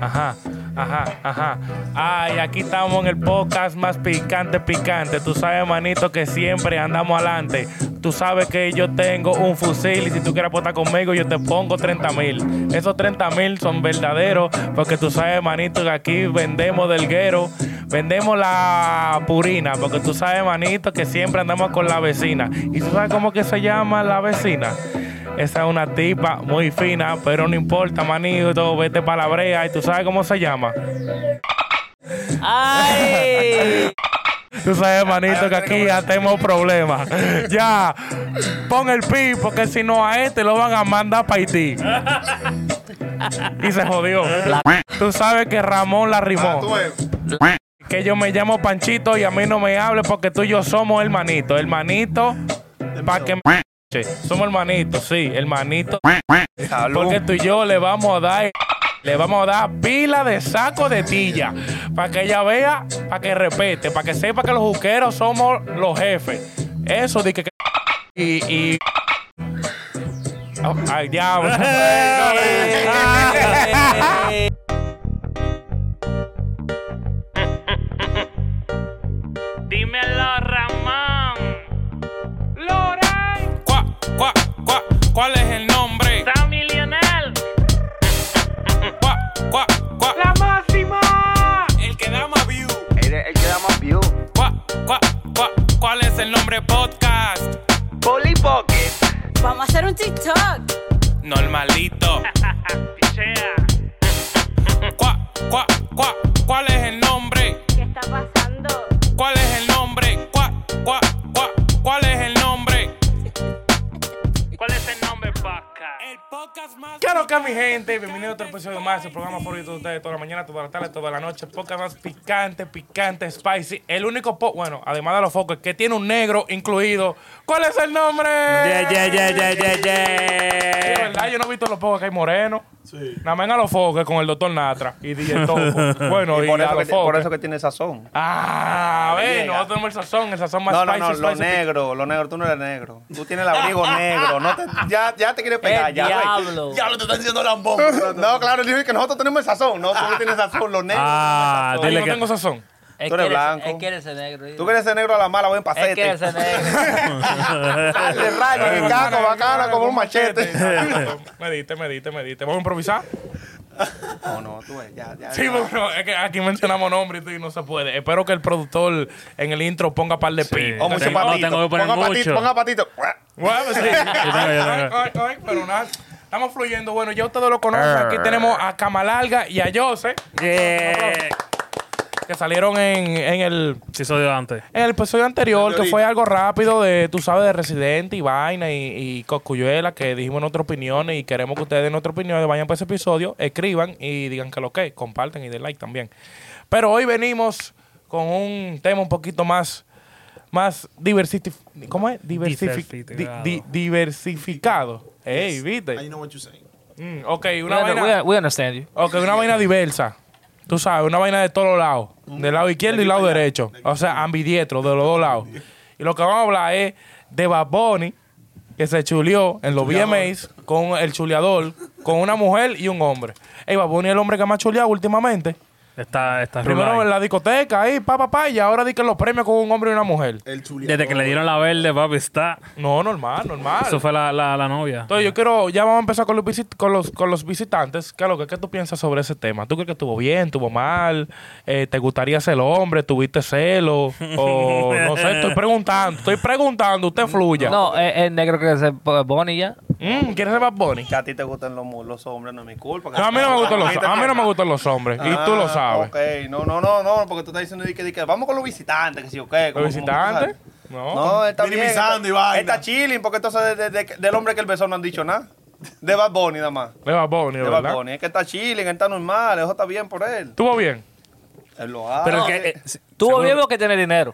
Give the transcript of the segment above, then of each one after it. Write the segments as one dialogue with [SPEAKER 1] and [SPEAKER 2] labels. [SPEAKER 1] Ajá, ajá, ajá. Ay, aquí estamos en el podcast más picante, picante. Tú sabes, manito, que siempre andamos adelante. Tú sabes que yo tengo un fusil y si tú quieres apostar conmigo, yo te pongo 30 mil. Esos 30 mil son verdaderos porque tú sabes, manito, que aquí vendemos del guero. Vendemos la purina porque tú sabes, manito, que siempre andamos con la vecina. ¿Y tú sabes cómo que se llama la vecina? Esa es una tipa muy fina, pero no importa, manito, vete para la brea y tú sabes cómo se llama.
[SPEAKER 2] ¡Ay!
[SPEAKER 1] Tú sabes, manito, que aquí ya tenemos problemas. Ya, pon el pi, porque si no a este lo van a mandar para Haití. Y se jodió. Tú sabes que Ramón la rimó. Que yo me llamo Panchito y a mí no me hable porque tú y yo somos hermanito. Hermanito, para que me... Somos hermanitos, sí, hermanito. Porque tú y yo le vamos a dar. Le vamos a dar pila de saco de tilla. Para que ella vea, para que repete, para que sepa que los juqueros somos los jefes. Eso de que. que- Y. y Oh, ay, diablo.
[SPEAKER 2] Dímelo, Ramón. Loren.
[SPEAKER 1] Cuá, cuá, cuá, ¿Cuál es el nombre?
[SPEAKER 2] Sammy Lionel.
[SPEAKER 1] Cuá, cuá, cuá,
[SPEAKER 2] La máxima.
[SPEAKER 1] El que da más view.
[SPEAKER 3] Eres el que da más view.
[SPEAKER 1] Cuá, cuá, cuá, ¿Cuál es el nombre podcast?
[SPEAKER 3] Polly Pocket.
[SPEAKER 4] Vamos a hacer un TikTok.
[SPEAKER 1] Normalito. Cuá, cuá, cuá, ¿Cuál es el nombre?
[SPEAKER 4] ¿Qué está pasando?
[SPEAKER 1] ¿Cuál es el nombre? Cuá, cuá, cuá, ¿Cuál es el nombre?
[SPEAKER 2] ¿Cuál es el nombre, Paca?
[SPEAKER 1] Claro que mi gente, bienvenido a otro episodio más, el programa favorito de ustedes toda la mañana, toda la tarde, toda la noche, el podcast más picante, picante, spicy, el único po, bueno, además de los focos, que tiene un negro incluido. ¿Cuál es el nombre?
[SPEAKER 2] Yeah, yeah, yeah, yeah, yeah,
[SPEAKER 1] Sí, de
[SPEAKER 2] yeah.
[SPEAKER 1] verdad, yo no he visto los pocos que hay moreno. Nada más en a los focos con el doctor Natra y DJ Topo. Bueno, y,
[SPEAKER 3] Por,
[SPEAKER 1] a
[SPEAKER 3] eso que,
[SPEAKER 1] los
[SPEAKER 3] ti- por
[SPEAKER 1] focos.
[SPEAKER 3] eso que tiene sazón.
[SPEAKER 1] Ah,
[SPEAKER 3] Llega.
[SPEAKER 1] ven, nosotros tenemos el sazón, el sazón más
[SPEAKER 3] No, no,
[SPEAKER 1] spicy,
[SPEAKER 3] no, lo
[SPEAKER 1] spicy,
[SPEAKER 3] negro, lo negro, tú no eres negro. Tú tienes el abrigo negro. No te, ya, ya te quieres pegar,
[SPEAKER 2] El
[SPEAKER 3] ya. güey.
[SPEAKER 2] diablo.
[SPEAKER 3] Ya lo te están diciendo lambón. no, claro, dije que nosotros tenemos el sazón. No, tú no tienes sazón, los negros.
[SPEAKER 5] Ah,
[SPEAKER 1] Ay,
[SPEAKER 5] dile
[SPEAKER 1] yo no
[SPEAKER 5] que-
[SPEAKER 1] tengo sazón.
[SPEAKER 2] Es
[SPEAKER 3] Tú
[SPEAKER 2] que
[SPEAKER 3] eres
[SPEAKER 2] eres-
[SPEAKER 3] blanco.
[SPEAKER 2] Es que eres el negro.
[SPEAKER 3] Tú quieres ser negro a la mala, buen
[SPEAKER 2] Es que
[SPEAKER 3] pasete.
[SPEAKER 2] eres el negro.
[SPEAKER 3] Dale, rayo, que caco, bacana, como un machete.
[SPEAKER 1] Eh, me diste, me diste, me diste. ¿Vamos a improvisar?
[SPEAKER 3] No, no, tú ves, ya, ya.
[SPEAKER 1] Sí,
[SPEAKER 3] ya.
[SPEAKER 1] bueno, es que aquí mencionamos nombres y no se puede. Espero que el productor en el intro ponga par de pi.
[SPEAKER 3] O
[SPEAKER 5] Oh,
[SPEAKER 3] mucho
[SPEAKER 5] Tengo- no,
[SPEAKER 3] patito.
[SPEAKER 5] tengo que poner
[SPEAKER 3] ponga patito,
[SPEAKER 5] mucho.
[SPEAKER 3] ponga patito.
[SPEAKER 1] Bueno, sí. Ay,
[SPEAKER 5] tengo.
[SPEAKER 1] ay, ay, pero nada, estamos fluyendo. Bueno, ya ustedes lo conocen. Aquí tenemos a Cama Larga y a Jose,
[SPEAKER 5] Yeah.
[SPEAKER 1] que salieron en, en el...
[SPEAKER 5] Sí, soy de antes.
[SPEAKER 1] En el episodio anterior, que
[SPEAKER 3] Señorita.
[SPEAKER 1] fue algo rápido de, tú sabes, de Residente y vaina y, y Coscuyuela, que dijimos nuestras opiniones y queremos que ustedes den nuestras opiniones, vayan para ese episodio, escriban y digan que lo que, compartan y den like también. Pero hoy venimos con un tema un poquito más, más diversiti ¿cómo es? Diversifi- di-
[SPEAKER 5] Diversificado.
[SPEAKER 1] di- diversificado. Ey, ¿viste?
[SPEAKER 6] know what you're saying.
[SPEAKER 1] Mm, ok,
[SPEAKER 2] We,
[SPEAKER 1] una
[SPEAKER 2] under- we-
[SPEAKER 1] vaina,
[SPEAKER 2] we understand you.
[SPEAKER 1] ok, una vaina diversa. Tú sabes, una vaina de todos lados. Del lado izquierdo y lado derecho. O sea, ambidiestro, de los dos lados. Y lo que vamos a hablar es de Bad Bunny, que se chuleó en los VMAs con el chuleador, con una mujer y un hombre. Ey, Bad Bunny es el hombre que más ha chuleado últimamente.
[SPEAKER 5] Está, está
[SPEAKER 1] Primero
[SPEAKER 5] rural.
[SPEAKER 1] en la discoteca, ahí, pa, pa, pa, y ahora di que los premios con un hombre y una mujer.
[SPEAKER 6] El chuliador.
[SPEAKER 5] Desde que le dieron la verde, papi, está.
[SPEAKER 1] No, normal, normal.
[SPEAKER 5] Eso fue la, la, la novia.
[SPEAKER 1] Entonces yo quiero, ya vamos a empezar con los, visit- con los, con los visitantes. ¿Qué es lo que qué tú piensas sobre ese tema? ¿Tú crees que estuvo bien, estuvo mal? Eh, ¿Te gustaría ser hombre? ¿Tuviste celo? O no sé, estoy preguntando, estoy preguntando, usted fluya.
[SPEAKER 2] No, es el negro que se Bonnie ya.
[SPEAKER 1] Mm, ¿Quieres ser Bad Bunny?
[SPEAKER 3] Que a ti te gustan los, mu- los hombres, no es mi culpa.
[SPEAKER 1] No, a mí no me gustan los,
[SPEAKER 3] te-
[SPEAKER 1] a mí no me gustan los hombres. y tú lo
[SPEAKER 3] Ah,
[SPEAKER 1] sabes.
[SPEAKER 3] Ok, no, no, no, no, porque tú estás diciendo de que, de que vamos con los visitantes, que sí, ok. como- como-
[SPEAKER 1] ¿Los visitantes?
[SPEAKER 3] como-
[SPEAKER 1] No.
[SPEAKER 3] No, está bien.
[SPEAKER 6] Minimizando
[SPEAKER 3] está-
[SPEAKER 6] y vaina.
[SPEAKER 3] Está chilling, porque entonces de- de- de- del hombre que el besó no han dicho nada. De Bad Bunny nada más.
[SPEAKER 1] De Bad Bunny,
[SPEAKER 3] De Bad
[SPEAKER 1] ¿verdad?
[SPEAKER 3] Bunny. Es que está chilling, él está normal, eso está bien por él.
[SPEAKER 1] ¿Estuvo bien?
[SPEAKER 3] Él lo hace.
[SPEAKER 5] Pero el que. eh, se-
[SPEAKER 2] Tuvo
[SPEAKER 5] seguro-
[SPEAKER 2] bien porque tiene dinero.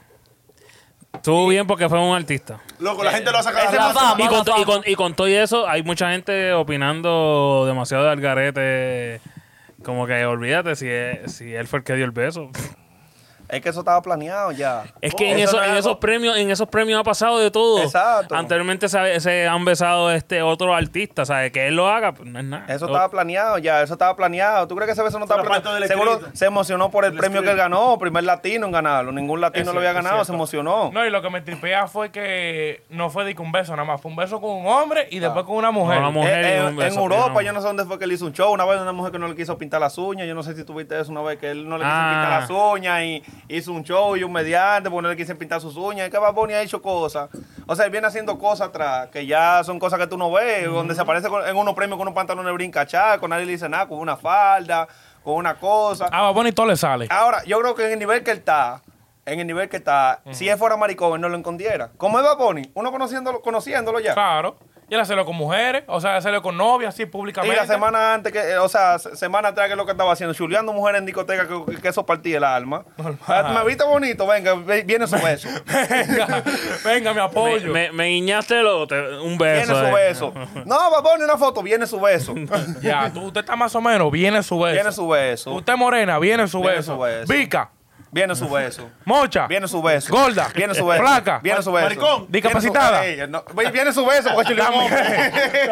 [SPEAKER 5] Estuvo bien porque fue un artista.
[SPEAKER 6] Loco, la gente lo ha sacado.
[SPEAKER 2] Esa es la fama.
[SPEAKER 5] Y con, to-
[SPEAKER 2] fama.
[SPEAKER 5] y, con, y con todo y eso, hay mucha gente opinando demasiado de Algarete. Como que olvídate si, es- si él fue el que dio el beso.
[SPEAKER 3] Es que eso estaba planeado ya.
[SPEAKER 1] eh,
[SPEAKER 5] Es que en, eso-
[SPEAKER 3] Oh, no
[SPEAKER 5] en
[SPEAKER 3] era-
[SPEAKER 5] esos premios, en esos premios ha pasado de todo.
[SPEAKER 3] Exacto.
[SPEAKER 5] Anteriormente se, se han besado este otro artista, ¿sabes? Que él lo haga, pues no es nada.
[SPEAKER 3] Eso
[SPEAKER 5] O-
[SPEAKER 3] estaba planeado ya, eso estaba planeado. ¿Tú crees que ese beso no estaba
[SPEAKER 6] Pero falta
[SPEAKER 3] planeado?
[SPEAKER 6] del
[SPEAKER 3] Seguro
[SPEAKER 6] escrito.
[SPEAKER 3] se emocionó por el,
[SPEAKER 6] Del
[SPEAKER 3] premio que él
[SPEAKER 6] escrito.
[SPEAKER 3] ganó, primer latino en ganarlo. Ningún latino
[SPEAKER 5] Es
[SPEAKER 3] lo había
[SPEAKER 5] cierto,
[SPEAKER 3] ganado,
[SPEAKER 5] es
[SPEAKER 3] se
[SPEAKER 5] cierto.
[SPEAKER 3] emocionó.
[SPEAKER 1] No, y lo que me tripea fue que no fue de que un beso nada más, fue un beso con un hombre y después con una mujer.
[SPEAKER 5] una mujer.
[SPEAKER 3] Eh, eh,
[SPEAKER 5] y un
[SPEAKER 3] en
[SPEAKER 5] beso,
[SPEAKER 3] Europa,
[SPEAKER 5] pero no.
[SPEAKER 3] yo no sé dónde fue que él hizo un show. Una vez una mujer que no le quiso pintar las uñas. Yo no sé si tuviste eso una vez que él no le quiso
[SPEAKER 5] Ah.
[SPEAKER 3] pintar las uñas y hizo un show y un mediante porque no le quise pintar sus uñas. Es que Bad Bunny ha hecho cosas. O sea, él viene haciendo cosas atrás que ya son cosas que tú no ves. Donde se aparece con- en unos premios con unos pantalones brincachar, con nadie le dice nada, con una falda, con una cosa.
[SPEAKER 1] Ah, bueno, y todo le sale.
[SPEAKER 3] Ahora, yo creo que en el nivel que él está, en el nivel que está, si él fuera maricón, él no lo escondiera. Como es Bad Bunny, uno conociéndolo, conociéndolo ya.
[SPEAKER 1] Claro. Y él hacerlo con mujeres, o sea, hacerlo con novias, así
[SPEAKER 3] Y
[SPEAKER 1] públicamente.
[SPEAKER 3] la semana antes, que, eh, o sea, se- semana atrás, que es lo que estaba haciendo, chuleando mujeres en discoteca, que, que eso partía el alma. Ah, Me viste bonito, venga, ve- viene su beso.
[SPEAKER 1] venga, venga, mi
[SPEAKER 5] Me,
[SPEAKER 1] apoyo.
[SPEAKER 5] me- me guiñaste lo- te- un
[SPEAKER 3] Viene
[SPEAKER 5] beso.
[SPEAKER 3] su
[SPEAKER 5] eh.
[SPEAKER 3] beso. No, va a poner una foto, viene su beso.
[SPEAKER 1] Ya, tú, usted está más o menos, viene su beso.
[SPEAKER 3] Viene su beso.
[SPEAKER 1] Usted morena, viene su
[SPEAKER 3] Viene
[SPEAKER 1] beso.
[SPEAKER 3] su beso.
[SPEAKER 1] Vica,
[SPEAKER 3] Viene su beso.
[SPEAKER 1] mocha.
[SPEAKER 3] Viene su beso.
[SPEAKER 1] Gorda.
[SPEAKER 3] Viene su beso.
[SPEAKER 1] Flaca.
[SPEAKER 3] Viene su beso.
[SPEAKER 6] Maricón.
[SPEAKER 3] Viene su-
[SPEAKER 1] Discapacitada.
[SPEAKER 3] Ey, no, ve- Viene su beso, porque chuleó un hombre.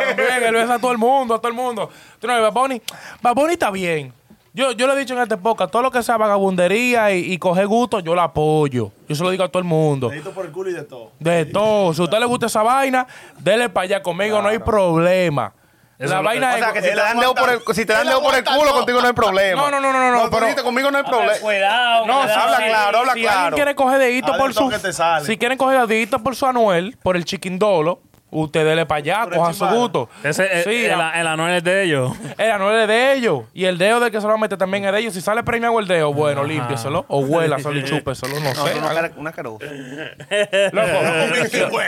[SPEAKER 1] También, él besa a todo el mundo, a todo el mundo. Tú no, Bad Bunny, Bad Bunny está bien. Yo, yo lo he dicho en este podcast, todo lo que sea vagabundería y, y coger gusto, yo lo apoyo. Yo se lo digo a todo el mundo.
[SPEAKER 6] Dedito por el culo y de todo.
[SPEAKER 1] De todo. Si a usted le gusta esa vaina, dele para allá conmigo, no hay problema.
[SPEAKER 5] Eso
[SPEAKER 1] la
[SPEAKER 5] lo-
[SPEAKER 1] vaina
[SPEAKER 3] O
[SPEAKER 1] es...
[SPEAKER 3] sea, que si
[SPEAKER 6] Él
[SPEAKER 3] te dan dedo por el,
[SPEAKER 6] aguanta-
[SPEAKER 3] si te dan
[SPEAKER 6] él
[SPEAKER 3] dedo por el
[SPEAKER 6] aguanta
[SPEAKER 3] culo,
[SPEAKER 6] todo.
[SPEAKER 3] contigo no hay problema.
[SPEAKER 1] No, no, no, no, no,
[SPEAKER 3] No, tú
[SPEAKER 1] pero-
[SPEAKER 3] dijiste, conmigo no hay problema.
[SPEAKER 5] Cuidado,
[SPEAKER 3] No,
[SPEAKER 5] cuidado,
[SPEAKER 3] habla
[SPEAKER 5] sí.
[SPEAKER 3] claro, habla
[SPEAKER 1] si
[SPEAKER 3] claro.
[SPEAKER 1] alguien quiere coger dedito por
[SPEAKER 6] Adentro
[SPEAKER 1] su...
[SPEAKER 6] que te sale.
[SPEAKER 1] Si quieren coger dedito por su Anuel, por el chiquindolo, usted dele para allá,
[SPEAKER 6] el
[SPEAKER 1] coja su
[SPEAKER 6] chimbala.
[SPEAKER 1] gusto.
[SPEAKER 5] Ese, eh, el,
[SPEAKER 1] Sí,
[SPEAKER 5] el,
[SPEAKER 1] a-
[SPEAKER 5] el anual es de ellos.
[SPEAKER 1] El anuel es de ellos. Y el dedo del que se lo mete también es de ellos. Si sale premiado el dedo, bueno, límpieselo. O huélaselo y chúpeselo, no
[SPEAKER 3] No,
[SPEAKER 1] sé.
[SPEAKER 3] tú no eres una carosa.
[SPEAKER 1] Loco,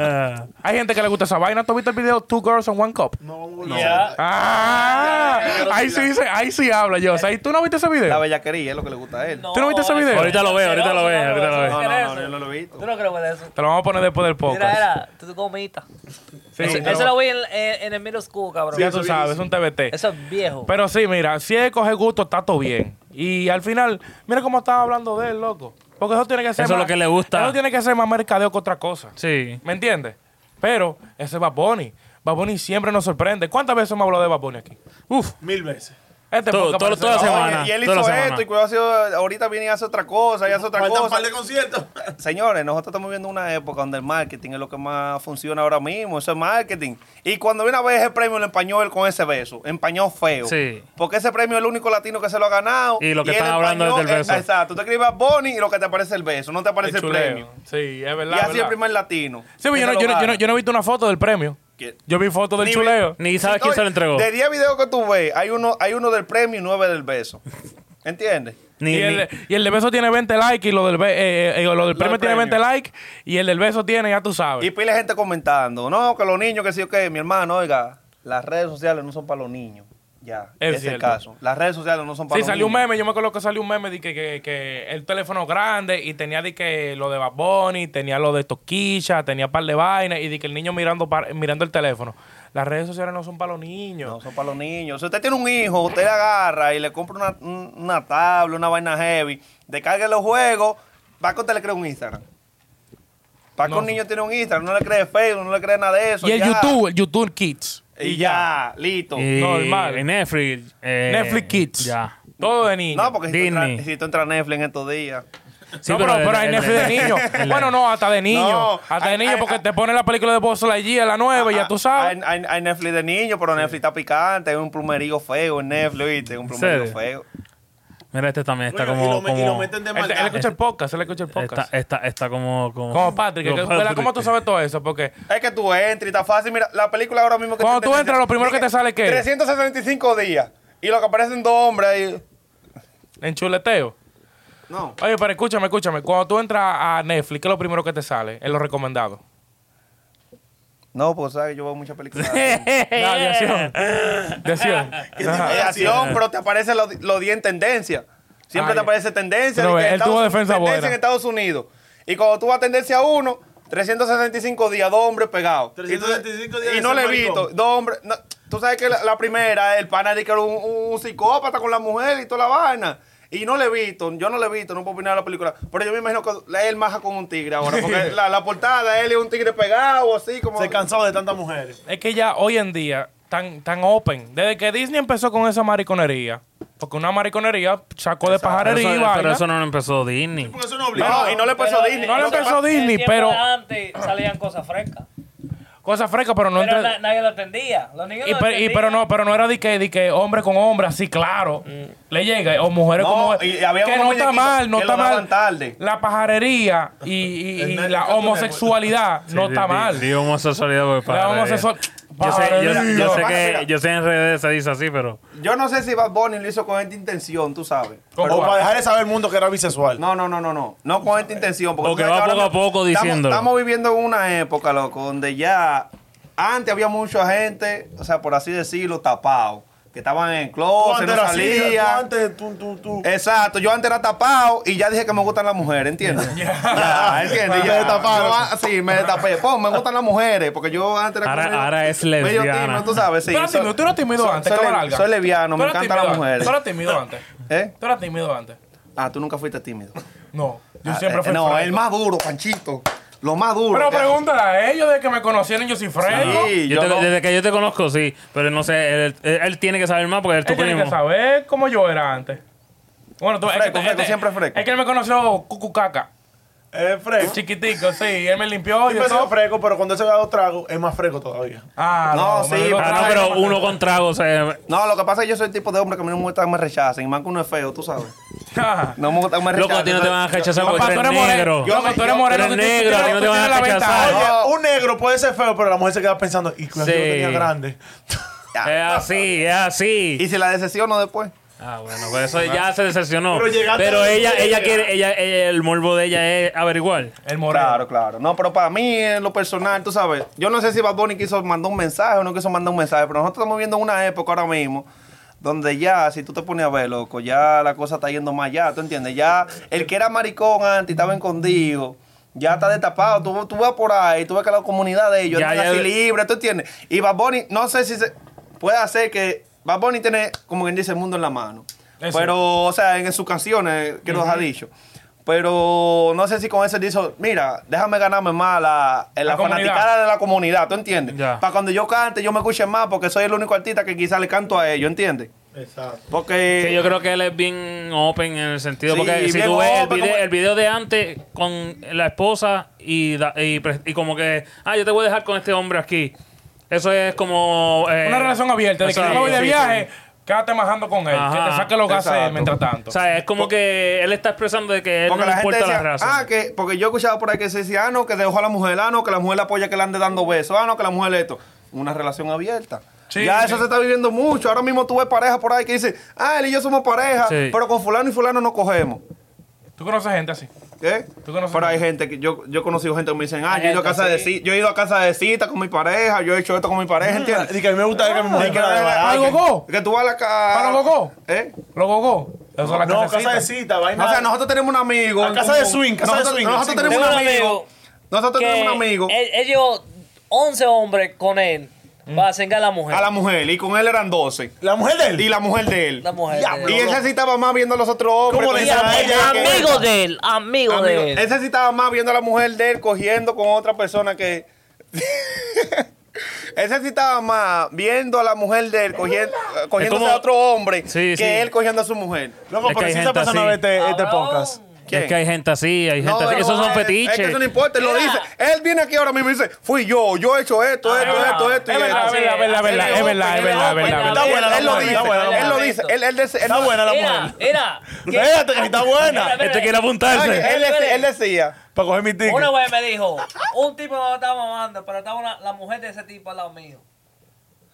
[SPEAKER 5] Ah,
[SPEAKER 1] hay gente que le gusta esa vaina. ¿Tú viste el video Two Girls on One Cup?
[SPEAKER 6] No, no.
[SPEAKER 1] Ah, ahí sí dice, ahí sí habla yo. O sea, ¿y ¿tú no viste ese
[SPEAKER 3] La
[SPEAKER 1] video?
[SPEAKER 3] bellaquería es lo que le gusta a él.
[SPEAKER 1] ¿Tú no viste ese video?
[SPEAKER 5] Ahorita lo veo, ahorita lo veo,
[SPEAKER 7] Asqueroso,
[SPEAKER 5] ahorita lo veo.
[SPEAKER 7] no,
[SPEAKER 3] No,
[SPEAKER 7] no,
[SPEAKER 3] no,
[SPEAKER 7] eso.
[SPEAKER 3] no, yo no lo he visto.
[SPEAKER 7] Tú no creo que eso.
[SPEAKER 1] Te lo vamos a poner después del
[SPEAKER 7] Mira,
[SPEAKER 1] podcast.
[SPEAKER 7] era, tú comita.
[SPEAKER 1] Sí,
[SPEAKER 7] eso,
[SPEAKER 1] te lo-
[SPEAKER 7] eso lo vi en, en- en el middle school, cabrón.
[SPEAKER 1] ya tú sabes, es un TBT.
[SPEAKER 7] Eso es viejo.
[SPEAKER 1] Pero sí, mira, si es coger gusto, está todo bien. Y al final, mira cómo estaba hablando de él, loco. Porque eso tiene que ser
[SPEAKER 5] Eso es
[SPEAKER 1] más-
[SPEAKER 5] lo que le gusta.
[SPEAKER 1] Eso tiene que ser más mercadeo que otra cosa.
[SPEAKER 5] Sí.
[SPEAKER 1] ¿Me entiendes? Pero ese es Bad Bunny. Bad Bunny siempre nos sorprende. ¿Cuántas veces hemos hablado de Bad Bunny aquí? Uf.
[SPEAKER 6] Mil veces.
[SPEAKER 1] Este
[SPEAKER 5] Todo-
[SPEAKER 1] podcast
[SPEAKER 5] todo-
[SPEAKER 1] parece-
[SPEAKER 5] toda
[SPEAKER 1] No,
[SPEAKER 5] la semana.
[SPEAKER 3] Oye, y él
[SPEAKER 5] toda la
[SPEAKER 3] hizo
[SPEAKER 5] semana.
[SPEAKER 3] esto, y cuidado, ha sido- ahorita viene y hace otra cosa, y hace otra
[SPEAKER 6] Faltan un
[SPEAKER 3] cosa.
[SPEAKER 6] par de conciertos.
[SPEAKER 3] Señores, nosotros estamos viviendo una época donde el marketing es lo que más funciona ahora mismo, eso es marketing. Y cuando viene a ver ese premio, lo empañó él con ese beso, empañó feo.
[SPEAKER 5] Sí.
[SPEAKER 3] Porque ese premio es el único latino que se lo ha ganado.
[SPEAKER 5] Y lo que
[SPEAKER 3] él
[SPEAKER 5] están hablando es del
[SPEAKER 3] eh,
[SPEAKER 5] beso.
[SPEAKER 3] Exacto, tú escribes Bonnie y lo que te aparece es el beso, no te
[SPEAKER 1] el
[SPEAKER 3] aparece el,
[SPEAKER 1] chuleo.
[SPEAKER 3] premio.
[SPEAKER 1] Sí, es
[SPEAKER 3] Y
[SPEAKER 1] verdad.
[SPEAKER 3] así
[SPEAKER 1] verdad.
[SPEAKER 3] el primer latino.
[SPEAKER 1] Sí, pero yo no, yo, no, yo no- yo no he visto una foto del premio.
[SPEAKER 3] ¿Quién?
[SPEAKER 1] Yo vi fotos del
[SPEAKER 3] Ni-
[SPEAKER 1] chuleo.
[SPEAKER 5] Ni sabes quién se lo entregó.
[SPEAKER 3] De 10 videos que tú ves, hay uno, hay uno del premio y 9 del beso. ¿Entiendes?
[SPEAKER 5] Ni,
[SPEAKER 1] y,
[SPEAKER 5] ni-
[SPEAKER 1] el, y el de beso tiene 20 likes y lo del, be- eh, eh, lo del premio tiene 20
[SPEAKER 3] premio.
[SPEAKER 1] likes y el del beso tiene, ya tú sabes.
[SPEAKER 3] Y pile gente comentando, no, que los niños, que sí, que mi hermano, oiga, las redes sociales no son para los niños. Ya,
[SPEAKER 1] Es
[SPEAKER 3] ese es el
[SPEAKER 1] cierto.
[SPEAKER 3] caso. Las redes sociales no son para
[SPEAKER 1] Sí,
[SPEAKER 3] los
[SPEAKER 1] salió un
[SPEAKER 3] niños.
[SPEAKER 1] meme. Yo me acuerdo que salió un meme de que, que, que el teléfono grande y tenía de que lo de Bad Bunny, tenía lo de Toquilla, tenía par de vainas y de que el niño mirando par- mirando el teléfono. Las redes sociales no son para los niños.
[SPEAKER 3] No son para los niños. Si usted tiene un hijo, usted le agarra y le compra una, un- una tabla, una vaina heavy, descargue los juegos, Paco te le crea un Instagram. Paco
[SPEAKER 1] No.
[SPEAKER 3] un niño tiene un Instagram, no le cree Facebook, no le cree nada de eso.
[SPEAKER 1] y el
[SPEAKER 3] ya.
[SPEAKER 1] YouTube, el YouTube Kids.
[SPEAKER 3] Y ya, listo.
[SPEAKER 5] y-
[SPEAKER 1] normal.
[SPEAKER 5] y Netflix. eh,
[SPEAKER 1] Netflix Kids.
[SPEAKER 5] Ya.
[SPEAKER 1] Todo de niños.
[SPEAKER 3] No, porque si tú,
[SPEAKER 5] Disney.
[SPEAKER 3] entras, si tú entras a Netflix en estos días.
[SPEAKER 5] Sí,
[SPEAKER 1] No, pero, pero hay
[SPEAKER 5] el-
[SPEAKER 1] Netflix de
[SPEAKER 5] el-
[SPEAKER 1] niños.
[SPEAKER 5] el-
[SPEAKER 1] bueno, no, hasta de niños.
[SPEAKER 3] No,
[SPEAKER 1] hasta de
[SPEAKER 3] hay-
[SPEAKER 1] niños
[SPEAKER 3] hay-
[SPEAKER 1] porque
[SPEAKER 3] hay-
[SPEAKER 1] te ponen la película de Buzz Lightyear, la nueva, pues ya tú sabes.
[SPEAKER 3] Ah, Hay, hay- hay Netflix de niños, pero Netflix está picante. Hay un plumerío feo en Netflix, ¿viste? Un plumerío
[SPEAKER 5] serio?
[SPEAKER 3] feo.
[SPEAKER 5] Mira, este también está
[SPEAKER 6] Bueno, y
[SPEAKER 5] como.
[SPEAKER 6] lo me- y lo
[SPEAKER 5] como-
[SPEAKER 6] meten de
[SPEAKER 1] Él, él
[SPEAKER 6] maldad.
[SPEAKER 1] escucha el podcast, él escucha el podcast.
[SPEAKER 5] Está, está, está como, como.
[SPEAKER 1] Como Patrick, que-
[SPEAKER 5] Patrick.
[SPEAKER 1] ¿cómo tú sabes todo eso? Porque
[SPEAKER 3] Es que tú entras y está fácil. Mira, la película ahora mismo que
[SPEAKER 1] Cuando
[SPEAKER 3] está
[SPEAKER 1] tú
[SPEAKER 3] en
[SPEAKER 1] entras, lo primero
[SPEAKER 3] dice
[SPEAKER 1] que te sale, ¿qué?
[SPEAKER 3] 365 días. Y lo que aparecen dos hombres ahí.
[SPEAKER 1] en chuleteo.
[SPEAKER 3] No.
[SPEAKER 1] Oye, pero escúchame, escúchame. Cuando tú entras a Netflix, ¿qué es lo primero que te sale? En los recomendados.
[SPEAKER 3] No, pues sabes, yo veo muchas películas. de
[SPEAKER 1] Nada, de acción. De acción. Ajá.
[SPEAKER 3] acción, pero te aparecen los los 10 en tendencia. Siempre
[SPEAKER 1] Ay.
[SPEAKER 3] te aparece tendencia.
[SPEAKER 1] Pero
[SPEAKER 3] de que
[SPEAKER 1] él
[SPEAKER 3] Estados
[SPEAKER 1] tuvo
[SPEAKER 3] Unidos-
[SPEAKER 1] defensa
[SPEAKER 3] tendencia
[SPEAKER 1] buena.
[SPEAKER 3] en Estados Unidos. Y cuando tú vas a tendencia 1, 365 días, dos hombres pegados.
[SPEAKER 6] 365 días
[SPEAKER 3] Y
[SPEAKER 6] de
[SPEAKER 3] no
[SPEAKER 6] ser
[SPEAKER 3] le he
[SPEAKER 6] maricón.
[SPEAKER 3] visto. Dos hombres. no, tú sabes que la, la primera, el pana de que era un, un psicópata con la mujer y toda la vaina. Y no le he visto, yo no le he visto, no puedo opinar de la película. Pero yo me imagino que él maja con un tigre ahora. Porque la, la portada, él es un tigre pegado, así como.
[SPEAKER 6] Se cansó de tantas mujeres.
[SPEAKER 1] Es que ya hoy en día, tan, tan open. Desde que Disney empezó con esa mariconería. Porque una mariconería sacó de
[SPEAKER 5] Pero
[SPEAKER 1] pajarería y
[SPEAKER 5] eso, pero
[SPEAKER 1] vaina.
[SPEAKER 5] eso no lo empezó Disney.
[SPEAKER 6] Porque eso no
[SPEAKER 3] No,
[SPEAKER 6] obliga.
[SPEAKER 3] no, y no le pasó a
[SPEAKER 7] eh,
[SPEAKER 3] Disney.
[SPEAKER 1] no le
[SPEAKER 3] Lo que
[SPEAKER 1] pasó
[SPEAKER 3] pasa-
[SPEAKER 1] Disney,
[SPEAKER 7] El tiempo
[SPEAKER 1] pero-
[SPEAKER 7] de Antes salían cosas frescas.
[SPEAKER 1] Cosas frescas, pero no
[SPEAKER 7] Pero
[SPEAKER 1] entre...
[SPEAKER 7] na- nadie lo entendía. Los niños
[SPEAKER 1] Y,
[SPEAKER 7] lo
[SPEAKER 1] per- y
[SPEAKER 7] entendían.
[SPEAKER 1] pero no, pero no era de que, de que hombre con hombre, así claro. Le llega, o mujeres
[SPEAKER 3] Mm. No,
[SPEAKER 1] con mujeres.
[SPEAKER 3] y había
[SPEAKER 1] que
[SPEAKER 3] unos
[SPEAKER 1] no está
[SPEAKER 3] muñequitos
[SPEAKER 1] mal, no
[SPEAKER 3] que
[SPEAKER 1] está
[SPEAKER 3] lo daban
[SPEAKER 1] mal.
[SPEAKER 3] tarde.
[SPEAKER 1] La pajarería y, y-
[SPEAKER 6] El
[SPEAKER 1] y
[SPEAKER 6] Netflix
[SPEAKER 1] la
[SPEAKER 6] Cartoon
[SPEAKER 1] homosexualidad no
[SPEAKER 5] Sí,
[SPEAKER 1] está
[SPEAKER 5] di-
[SPEAKER 1] mal.
[SPEAKER 5] di homosexualidad por
[SPEAKER 1] la
[SPEAKER 5] pajarería.
[SPEAKER 1] homosexual.
[SPEAKER 5] Yo sé, yo, yo
[SPEAKER 1] Pajarería.
[SPEAKER 5] sé
[SPEAKER 3] Mira.
[SPEAKER 5] que yo sé en redes se dice así, pero
[SPEAKER 3] Yo no sé si Bad Bunny lo hizo con esta intención, tú sabes.
[SPEAKER 1] Con
[SPEAKER 6] O
[SPEAKER 1] cuál.
[SPEAKER 6] para dejar de saber al mundo que era bisexual.
[SPEAKER 3] No, no, no, no, no. No con esta intención. Porque,
[SPEAKER 5] Porque
[SPEAKER 3] tú sabes
[SPEAKER 5] va
[SPEAKER 3] que
[SPEAKER 5] poco
[SPEAKER 3] ahora
[SPEAKER 5] a poco
[SPEAKER 3] estamos-
[SPEAKER 5] diciéndolo.
[SPEAKER 3] Estamos, viviendo en una época, loco, donde ya antes había mucha gente, o sea, por así decirlo, tapado. Que estaban en
[SPEAKER 6] Tú
[SPEAKER 3] closet,
[SPEAKER 6] antes
[SPEAKER 3] no
[SPEAKER 6] eras así, tú
[SPEAKER 3] salían.
[SPEAKER 6] antes, tú, tú, tú.
[SPEAKER 3] Eh, Exacto, yo antes era tapado y ya dije que me gustan las mujeres, ¿entiendes? Ya, ¿entiendes?
[SPEAKER 6] Te
[SPEAKER 3] Ya.
[SPEAKER 6] destaparon.
[SPEAKER 3] Yo, ah, sí, me destapé. Pum, me gustan las mujeres, porque yo antes era
[SPEAKER 5] Ahora-
[SPEAKER 3] como medio-
[SPEAKER 5] ahora es
[SPEAKER 3] Medio
[SPEAKER 5] lesbiana.
[SPEAKER 3] tímido, tú sabes, sí.
[SPEAKER 1] Tú eras
[SPEAKER 3] Soy-
[SPEAKER 1] tímido, tú eras tímido
[SPEAKER 3] soy-
[SPEAKER 1] antes,
[SPEAKER 3] soy,
[SPEAKER 1] cámara
[SPEAKER 3] le-
[SPEAKER 1] larga.
[SPEAKER 3] soy lesbiano,
[SPEAKER 1] Tú
[SPEAKER 3] me
[SPEAKER 1] eras
[SPEAKER 3] encantan
[SPEAKER 1] tímido
[SPEAKER 3] las
[SPEAKER 1] antes,
[SPEAKER 3] mujeres.
[SPEAKER 1] Tú eras tímido antes.
[SPEAKER 3] ¿Eh?
[SPEAKER 1] Tú eras tímido antes.
[SPEAKER 3] Ah, tú nunca fuiste tímido.
[SPEAKER 1] No, yo
[SPEAKER 3] Ah,
[SPEAKER 1] siempre
[SPEAKER 3] eh,
[SPEAKER 1] fui.
[SPEAKER 3] No,
[SPEAKER 1] franco.
[SPEAKER 3] el más duro, Panchito. Lo más duro.
[SPEAKER 1] Pero
[SPEAKER 3] que-
[SPEAKER 1] pregúntale a ellos de que me conocieron, yo soy fresco.
[SPEAKER 3] Sí,
[SPEAKER 5] Yo
[SPEAKER 3] yo
[SPEAKER 5] te-
[SPEAKER 3] no-
[SPEAKER 5] desde que yo te conozco sí, pero no sé, él, él- él tiene que saber más porque él es tu
[SPEAKER 1] Él tiene
[SPEAKER 5] primo.
[SPEAKER 1] que saber cómo yo era antes. Bueno, tú es
[SPEAKER 3] Fresco,
[SPEAKER 1] que,
[SPEAKER 3] fresco,
[SPEAKER 1] es que-
[SPEAKER 3] siempre fresco.
[SPEAKER 1] Es que él me conoció cucucaca.
[SPEAKER 6] Es fresco.
[SPEAKER 1] Chiquitico, sí. Él me limpió y
[SPEAKER 6] Siempre ha sido
[SPEAKER 1] todo.
[SPEAKER 6] fresco, pero cuando él se da dos tragos, es más fresco todavía.
[SPEAKER 1] Ah,
[SPEAKER 3] No, sí,
[SPEAKER 1] me-
[SPEAKER 5] Ah, no, pero uno con trago, o sea,
[SPEAKER 3] No, lo que pasa es que yo soy el tipo de hombre que a mí no me gusta que me rechacen. Y más que uno es feo, tú sabes.
[SPEAKER 1] Ajá.
[SPEAKER 3] No me gusta que me rechacen.
[SPEAKER 5] loco, a ti no te van a rechazar porque
[SPEAKER 1] Ah, Papá,
[SPEAKER 5] tú
[SPEAKER 1] tú
[SPEAKER 5] eres
[SPEAKER 1] eres moreno.
[SPEAKER 5] negro.
[SPEAKER 1] Yo, papá, tú eres
[SPEAKER 3] Yo-
[SPEAKER 1] moreno.
[SPEAKER 5] tú
[SPEAKER 1] tú
[SPEAKER 5] eres
[SPEAKER 1] tienes-
[SPEAKER 5] negro, a ti no
[SPEAKER 1] tú
[SPEAKER 5] te van
[SPEAKER 1] tienes
[SPEAKER 5] a
[SPEAKER 1] la ventaja.
[SPEAKER 5] rechazar.
[SPEAKER 3] Ah, No.
[SPEAKER 6] Oye, un negro puede ser feo, pero la mujer se queda pensando, y cuidado, yo
[SPEAKER 5] Sí.
[SPEAKER 6] lo tenía grande.
[SPEAKER 5] Es así, es así.
[SPEAKER 3] Y si la decepciono después.
[SPEAKER 5] Ah, bueno, pues eso ya se decepcionó.
[SPEAKER 6] Pero
[SPEAKER 5] Pero,
[SPEAKER 6] llegaste a-
[SPEAKER 5] ella, ella quiere, ella, ella- el morbo de ella es averiguar.
[SPEAKER 1] El moreno.
[SPEAKER 3] Claro, claro. No, pero para mí, en lo personal, tú sabes, yo no sé si Bad Bunny quiso mandar un mensaje o no quiso mandar un mensaje, pero nosotros estamos viviendo una época ahora mismo donde ya, si tú te pones a ver, loco, ya la cosa está yendo más allá, ¿tú entiendes? Ya el que era maricón antes y estaba escondido. Ya está destapado, tú, tú vas por ahí, tú ves que la comunidad de ellos
[SPEAKER 5] Ya,
[SPEAKER 3] están
[SPEAKER 5] ya-
[SPEAKER 3] así libre, ¿tú entiendes? Y Bad Bunny, no sé si se puede hacer que Bad Bunny tiene, como quien dice, el mundo en la mano.
[SPEAKER 1] Eso.
[SPEAKER 3] Pero, o sea, en, sus canciones, que los ha dicho. Pero no sé si con eso él dijo, mira, déjame ganarme más la, en la,
[SPEAKER 1] La comunidad.
[SPEAKER 3] fanaticada de la comunidad, ¿tú entiendes?
[SPEAKER 5] Ya.
[SPEAKER 3] Para cuando yo cante, yo me escuche más, porque soy el único artista que quizá le canto a ellos, ¿entiendes?
[SPEAKER 6] Exacto.
[SPEAKER 3] Porque...
[SPEAKER 5] Que yo creo que él es bien open en el sentido,
[SPEAKER 3] Sí,
[SPEAKER 5] porque si
[SPEAKER 3] bien
[SPEAKER 5] tú ves el
[SPEAKER 3] open,
[SPEAKER 5] video,
[SPEAKER 3] como-
[SPEAKER 5] el video de antes con la esposa y, da- y, pre- y como que, ah, yo te voy a dejar con este hombre aquí. Eso es como... eh,
[SPEAKER 1] Una relación abierta. De que
[SPEAKER 5] exacto.
[SPEAKER 1] yo me voy de
[SPEAKER 5] Sí,
[SPEAKER 1] viaje, quédate majando con él.
[SPEAKER 5] Ajá.
[SPEAKER 1] Que te saque los gases
[SPEAKER 3] Exacto.
[SPEAKER 1] mientras tanto.
[SPEAKER 5] O sea, es como que él está expresando de que él
[SPEAKER 3] Porque
[SPEAKER 5] no le
[SPEAKER 3] la gente
[SPEAKER 5] importa
[SPEAKER 3] decía,
[SPEAKER 5] la raza.
[SPEAKER 3] ah, que, porque yo he escuchado por ahí que se decía, ah, no, que dejó a la mujer, ah, no, que la mujer la apoya que le ande dando besos, ah, no, que la mujer esto. Una relación abierta.
[SPEAKER 1] Sí,
[SPEAKER 3] ya
[SPEAKER 1] sí.
[SPEAKER 3] eso se está viviendo mucho. Ahora mismo tú ves pareja por ahí que dice, ah, él y yo somos pareja,
[SPEAKER 5] Sí.
[SPEAKER 3] pero con fulano y fulano no cogemos.
[SPEAKER 1] Tú conoces gente así.
[SPEAKER 3] ¿Qué?
[SPEAKER 1] ¿Tú conoces
[SPEAKER 3] Pero hay
[SPEAKER 1] gente?
[SPEAKER 3] gente que yo, yo he conocido gente que me dicen, ah,
[SPEAKER 7] Hay
[SPEAKER 3] yo he ido a
[SPEAKER 7] gente
[SPEAKER 3] casa de
[SPEAKER 7] así.
[SPEAKER 3] cita, yo he ido a casa de cita con mi pareja, yo he hecho esto con mi
[SPEAKER 6] Ah,
[SPEAKER 3] pareja, ¿entiendes?
[SPEAKER 6] Y que a mí me gusta ver que mi mujer me la
[SPEAKER 1] ¿Para
[SPEAKER 6] barata.
[SPEAKER 1] los gogó?
[SPEAKER 3] Que tú vas a la casa.
[SPEAKER 1] ¿Para los gogó?
[SPEAKER 3] ¿Eh?
[SPEAKER 1] ¿Los gogó? Eso es la
[SPEAKER 6] No,
[SPEAKER 1] casecita.
[SPEAKER 6] casa de cita, vaina.
[SPEAKER 3] O sea, nosotros tenemos un amigo.
[SPEAKER 6] A casa de swing, casa de
[SPEAKER 3] nosotros,
[SPEAKER 6] swing,
[SPEAKER 3] Nosotros
[SPEAKER 6] sí.
[SPEAKER 3] tenemos un
[SPEAKER 7] Tengo un
[SPEAKER 3] amigo.
[SPEAKER 7] amigo
[SPEAKER 3] Nosotros
[SPEAKER 7] Que
[SPEAKER 3] tenemos un amigo
[SPEAKER 7] él- ellos, 11 hombres con él,
[SPEAKER 1] Mm.
[SPEAKER 7] para cingar a la mujer.
[SPEAKER 3] a la mujer y con él eran 12.
[SPEAKER 6] La mujer de él.
[SPEAKER 3] Y la mujer de él.
[SPEAKER 7] La mujer
[SPEAKER 3] Ya,
[SPEAKER 7] de él.
[SPEAKER 3] Y ese sí estaba más viendo a los otros hombres.
[SPEAKER 6] ¿Cómo le
[SPEAKER 7] Y
[SPEAKER 3] Ese
[SPEAKER 6] dicen
[SPEAKER 7] am-
[SPEAKER 6] a ella que-
[SPEAKER 7] amigo de él, amigo,
[SPEAKER 3] amigo- este,
[SPEAKER 7] de él.
[SPEAKER 3] Ese sí estaba más viendo a la mujer de él cogiendo con otra persona que. Ese sí estaba más viendo a la mujer de él cogiendo, cogiéndose
[SPEAKER 5] como-
[SPEAKER 3] a otro hombre
[SPEAKER 5] Sí,
[SPEAKER 3] que
[SPEAKER 5] sí.
[SPEAKER 3] él cogiendo a su mujer.
[SPEAKER 6] Loco,
[SPEAKER 5] Es que
[SPEAKER 6] pero
[SPEAKER 5] hay
[SPEAKER 6] si esa
[SPEAKER 5] gente
[SPEAKER 6] persona
[SPEAKER 5] así.
[SPEAKER 6] ve este, este
[SPEAKER 7] Cabrón.
[SPEAKER 6] podcast.
[SPEAKER 3] ¿Quién?
[SPEAKER 5] Es que hay gente así, hay gente
[SPEAKER 3] No,
[SPEAKER 5] así.
[SPEAKER 3] no,
[SPEAKER 5] Esos son
[SPEAKER 3] es-
[SPEAKER 5] fetiches. Este
[SPEAKER 3] Es que eso no importa, él lo
[SPEAKER 7] Mira.
[SPEAKER 3] dice. Él viene aquí ahora mismo y dice, fui yo, yo he hecho esto,
[SPEAKER 7] Ah, es
[SPEAKER 3] esto, esto,
[SPEAKER 7] verdad.
[SPEAKER 3] esto
[SPEAKER 1] Es
[SPEAKER 3] y
[SPEAKER 1] verdad,
[SPEAKER 3] esto.
[SPEAKER 1] es verdad, es verdad, es verdad, es verdad, es verdad. es
[SPEAKER 6] Está
[SPEAKER 1] verdad.
[SPEAKER 6] buena la
[SPEAKER 3] Él lo
[SPEAKER 6] mujer,
[SPEAKER 3] dice,
[SPEAKER 6] está buena la
[SPEAKER 3] él lo
[SPEAKER 6] mujer.
[SPEAKER 3] dice, él él dice, él
[SPEAKER 6] Está buena la
[SPEAKER 7] Mira,
[SPEAKER 6] mujer.
[SPEAKER 7] mira. que-
[SPEAKER 6] Espérate, que está buena.
[SPEAKER 7] Mira,
[SPEAKER 5] Este quiere apuntarse.
[SPEAKER 3] Él decía- él decía.
[SPEAKER 6] Para coger mi ticket.
[SPEAKER 7] Una vez me dijo, un tipo me estaba mamando, pero estaba una- la mujer de ese tipo al lado mío.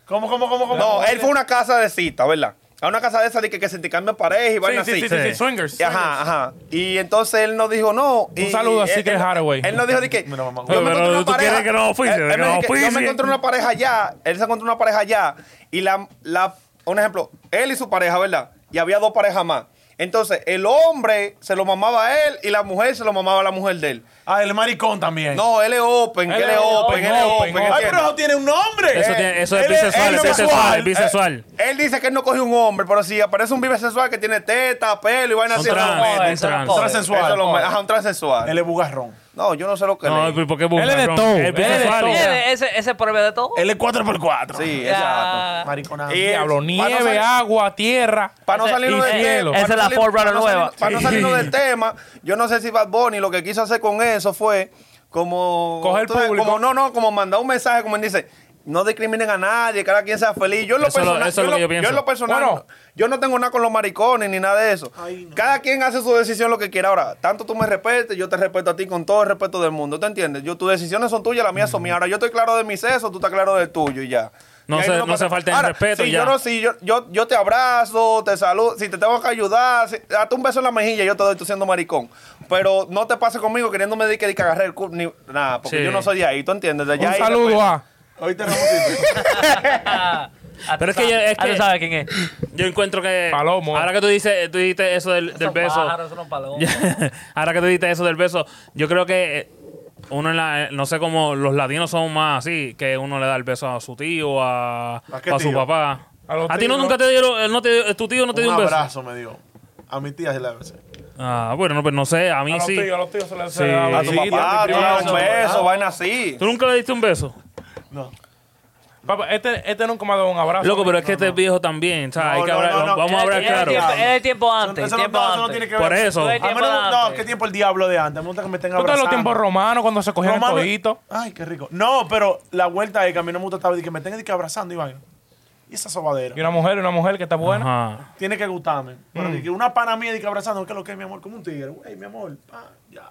[SPEAKER 6] ¿Cómo, cómo, cómo, cómo?
[SPEAKER 3] No, él fue a una casa de cita, ¿verdad? A una casa de esa de que, que se te cambian parejas y vainas
[SPEAKER 1] Sí, sí, sí,
[SPEAKER 3] así.
[SPEAKER 1] sí, sí,
[SPEAKER 5] Sí.
[SPEAKER 1] swingers.
[SPEAKER 3] Y Ajá, ajá. Y entonces él nos dijo no. y-
[SPEAKER 1] Un saludo a
[SPEAKER 3] y- él-
[SPEAKER 1] Secret
[SPEAKER 3] él-
[SPEAKER 1] Hathaway.
[SPEAKER 3] Él nos dijo de que.
[SPEAKER 6] Mira, mamá.
[SPEAKER 3] yo me
[SPEAKER 5] Pero
[SPEAKER 3] encontré una
[SPEAKER 5] tú
[SPEAKER 3] pareja.
[SPEAKER 5] quieres que nos oficie,
[SPEAKER 3] Él- él me
[SPEAKER 5] que nos
[SPEAKER 3] dijo que Yo me
[SPEAKER 5] oficie.
[SPEAKER 3] encontré una pareja allá. Él se encontró una pareja allá. Y la, la. Un ejemplo, él y su pareja, ¿verdad? Y había dos parejas más. Entonces, el hombre se lo mamaba a él y la mujer se lo mamaba a la mujer de él.
[SPEAKER 6] Ah, el maricón también.
[SPEAKER 3] No, él es open, que él es open, él es open.
[SPEAKER 6] Ay, pero
[SPEAKER 3] ¿entiendes?
[SPEAKER 6] eso tiene un nombre. Eh,
[SPEAKER 5] Eso, tiene- eso es
[SPEAKER 6] Él es-
[SPEAKER 5] bisexual,
[SPEAKER 6] él
[SPEAKER 5] es
[SPEAKER 6] es
[SPEAKER 5] bisexual, es
[SPEAKER 6] bisexual.
[SPEAKER 5] bisexual.
[SPEAKER 3] Él dice que él no coge un hombre, pero si aparece un bisexual que tiene teta, pelo y vaina
[SPEAKER 5] Un
[SPEAKER 3] así,
[SPEAKER 1] Ah,
[SPEAKER 3] él lo
[SPEAKER 5] trans,
[SPEAKER 3] mete.
[SPEAKER 5] un trans.
[SPEAKER 3] Eso
[SPEAKER 6] Transexual.
[SPEAKER 3] lo mete. Ajá, un transexual.
[SPEAKER 6] Él es bugarrón.
[SPEAKER 3] No, yo no sé lo que
[SPEAKER 5] No,
[SPEAKER 3] leí.
[SPEAKER 5] pero ¿por qué busca?
[SPEAKER 1] Él es de
[SPEAKER 5] Ron?
[SPEAKER 1] todo,
[SPEAKER 5] Es
[SPEAKER 1] él es de
[SPEAKER 5] bisexual.
[SPEAKER 1] todo.
[SPEAKER 7] Mire, Ese, ese pruebe de todo.
[SPEAKER 6] Él es 4x4.
[SPEAKER 3] Sí,
[SPEAKER 7] Ya.
[SPEAKER 3] exacto.
[SPEAKER 6] Mariconado.
[SPEAKER 3] Y-
[SPEAKER 1] Diablo,
[SPEAKER 3] Para no
[SPEAKER 1] nieve,
[SPEAKER 3] salir-
[SPEAKER 1] agua, tierra.
[SPEAKER 3] Para no
[SPEAKER 1] Ese- y
[SPEAKER 3] salirnos del
[SPEAKER 1] cielo.
[SPEAKER 3] tema.
[SPEAKER 7] Esa
[SPEAKER 3] para
[SPEAKER 7] es la
[SPEAKER 3] no salir-
[SPEAKER 7] forerunner
[SPEAKER 3] para no salir-
[SPEAKER 7] nueva.
[SPEAKER 3] Para no
[SPEAKER 1] Sí.
[SPEAKER 3] salirnos del tema, yo no sé si Bad Bunny lo que quiso hacer con eso fue como.
[SPEAKER 1] Coger
[SPEAKER 3] tú sabes,
[SPEAKER 1] público.
[SPEAKER 3] Como, no, no, como mandar un mensaje, como él dice. No discriminen a nadie, cada quien sea feliz. Yo en lo
[SPEAKER 5] Eso lo-
[SPEAKER 3] personal,
[SPEAKER 5] eso es
[SPEAKER 3] yo,
[SPEAKER 5] lo que
[SPEAKER 3] en lo-
[SPEAKER 5] yo pienso.
[SPEAKER 3] yo en lo personal,
[SPEAKER 1] Bueno.
[SPEAKER 3] yo no tengo nada con los maricones ni nada de eso. Cada quien hace su decisión lo que quiera. Ahora, tanto tú me respetes, yo te respeto a ti con todo el respeto del mundo. ¿Te entiendes? Yo, tus decisiones son tuyas, las mías son mías. Ahora, yo estoy claro de mis sesos, tú estás claro del tuyo y ya.
[SPEAKER 5] No
[SPEAKER 3] Y ahí
[SPEAKER 5] se- no
[SPEAKER 3] pasa-
[SPEAKER 5] se falten el
[SPEAKER 3] Ahora,
[SPEAKER 5] respeto
[SPEAKER 3] si
[SPEAKER 5] y ya.
[SPEAKER 3] yo no si yo, yo, yo te abrazo, te saludo, si te tengo que ayudar, si, date un beso en la mejilla, yo te doy, tú siendo maricón. Pero no te pases conmigo queriéndome decir que, que agarré el culo, ni nada, porque
[SPEAKER 5] Sí.
[SPEAKER 3] yo no soy de ahí, ¿tú entiendes? De allá
[SPEAKER 1] Un
[SPEAKER 3] ahí
[SPEAKER 1] saludo
[SPEAKER 3] después-
[SPEAKER 1] a.
[SPEAKER 6] Hoy tenemos que-
[SPEAKER 7] Ah,
[SPEAKER 5] Pero
[SPEAKER 7] tú
[SPEAKER 5] es
[SPEAKER 7] sabes-
[SPEAKER 5] que yo- es
[SPEAKER 7] ah,
[SPEAKER 5] que-
[SPEAKER 7] tú sabes quién es.
[SPEAKER 5] Yo encuentro que.
[SPEAKER 1] Palomo.
[SPEAKER 5] Ahora que tú dices, eh, tú dijiste eso del, del
[SPEAKER 7] Son
[SPEAKER 5] beso.
[SPEAKER 7] pájaros, son palomos.
[SPEAKER 5] ahora que tú dijiste eso del beso, yo creo que eh, uno en la. eh, No sé cómo los latinos son más así, que uno le da el beso a su tío, a,
[SPEAKER 6] ¿A qué
[SPEAKER 5] a su
[SPEAKER 6] tío?
[SPEAKER 5] papá.
[SPEAKER 1] A los
[SPEAKER 5] A, ti no
[SPEAKER 1] tíos,
[SPEAKER 5] nunca te dieron. eh, No te, eh, tu tío no te dio
[SPEAKER 6] Un
[SPEAKER 5] un beso.
[SPEAKER 6] abrazo me dio. A mi tía se la besé.
[SPEAKER 5] Ah, bueno, pues no sé, a mí
[SPEAKER 1] A los
[SPEAKER 5] sí.
[SPEAKER 1] tíos, a los tíos se les
[SPEAKER 5] Sí.
[SPEAKER 1] da
[SPEAKER 3] A tu
[SPEAKER 5] Sí,
[SPEAKER 3] papá, tú le das
[SPEAKER 1] beso.
[SPEAKER 3] un beso, vaina así.
[SPEAKER 5] ¿Tú nunca le diste un beso?
[SPEAKER 6] No.
[SPEAKER 1] Papá, este, este nunca me ha dado un abrazo.
[SPEAKER 5] Loco, pero es que este es viejo también, ¿sabes? Hay
[SPEAKER 6] No,
[SPEAKER 5] que
[SPEAKER 6] no,
[SPEAKER 5] hablar-
[SPEAKER 6] no, no.
[SPEAKER 5] vamos a hablar
[SPEAKER 7] Era el
[SPEAKER 5] claro.
[SPEAKER 7] tiempo- Era el tiempo antes.
[SPEAKER 6] Eso no,
[SPEAKER 7] tiempo
[SPEAKER 6] no, eso no
[SPEAKER 7] antes.
[SPEAKER 6] tiene que ver.
[SPEAKER 5] Por eso.
[SPEAKER 7] Tú-
[SPEAKER 6] A menos, no,
[SPEAKER 7] antes.
[SPEAKER 6] ¿qué tiempo el diablo de antes? Me gusta que me tengan
[SPEAKER 1] ¿Tú te
[SPEAKER 6] abrazando.
[SPEAKER 1] los tiempos romanos cuando se cogían
[SPEAKER 6] Romano-
[SPEAKER 1] toditos?
[SPEAKER 6] Ay, qué rico. No, pero la vuelta es que a mí no me gusta estar de que me tengan de que abrazando, Iván. Y esa sobadera.
[SPEAKER 1] Y una mujer, una mujer que está buena.
[SPEAKER 5] Ajá.
[SPEAKER 6] Tiene que gustarme. Pero
[SPEAKER 5] Mm.
[SPEAKER 6] de que una pana mía de que abrazando, ¿qué es lo que es, mi amor? Como un tigre. Güey, mi amor. Pa, ya.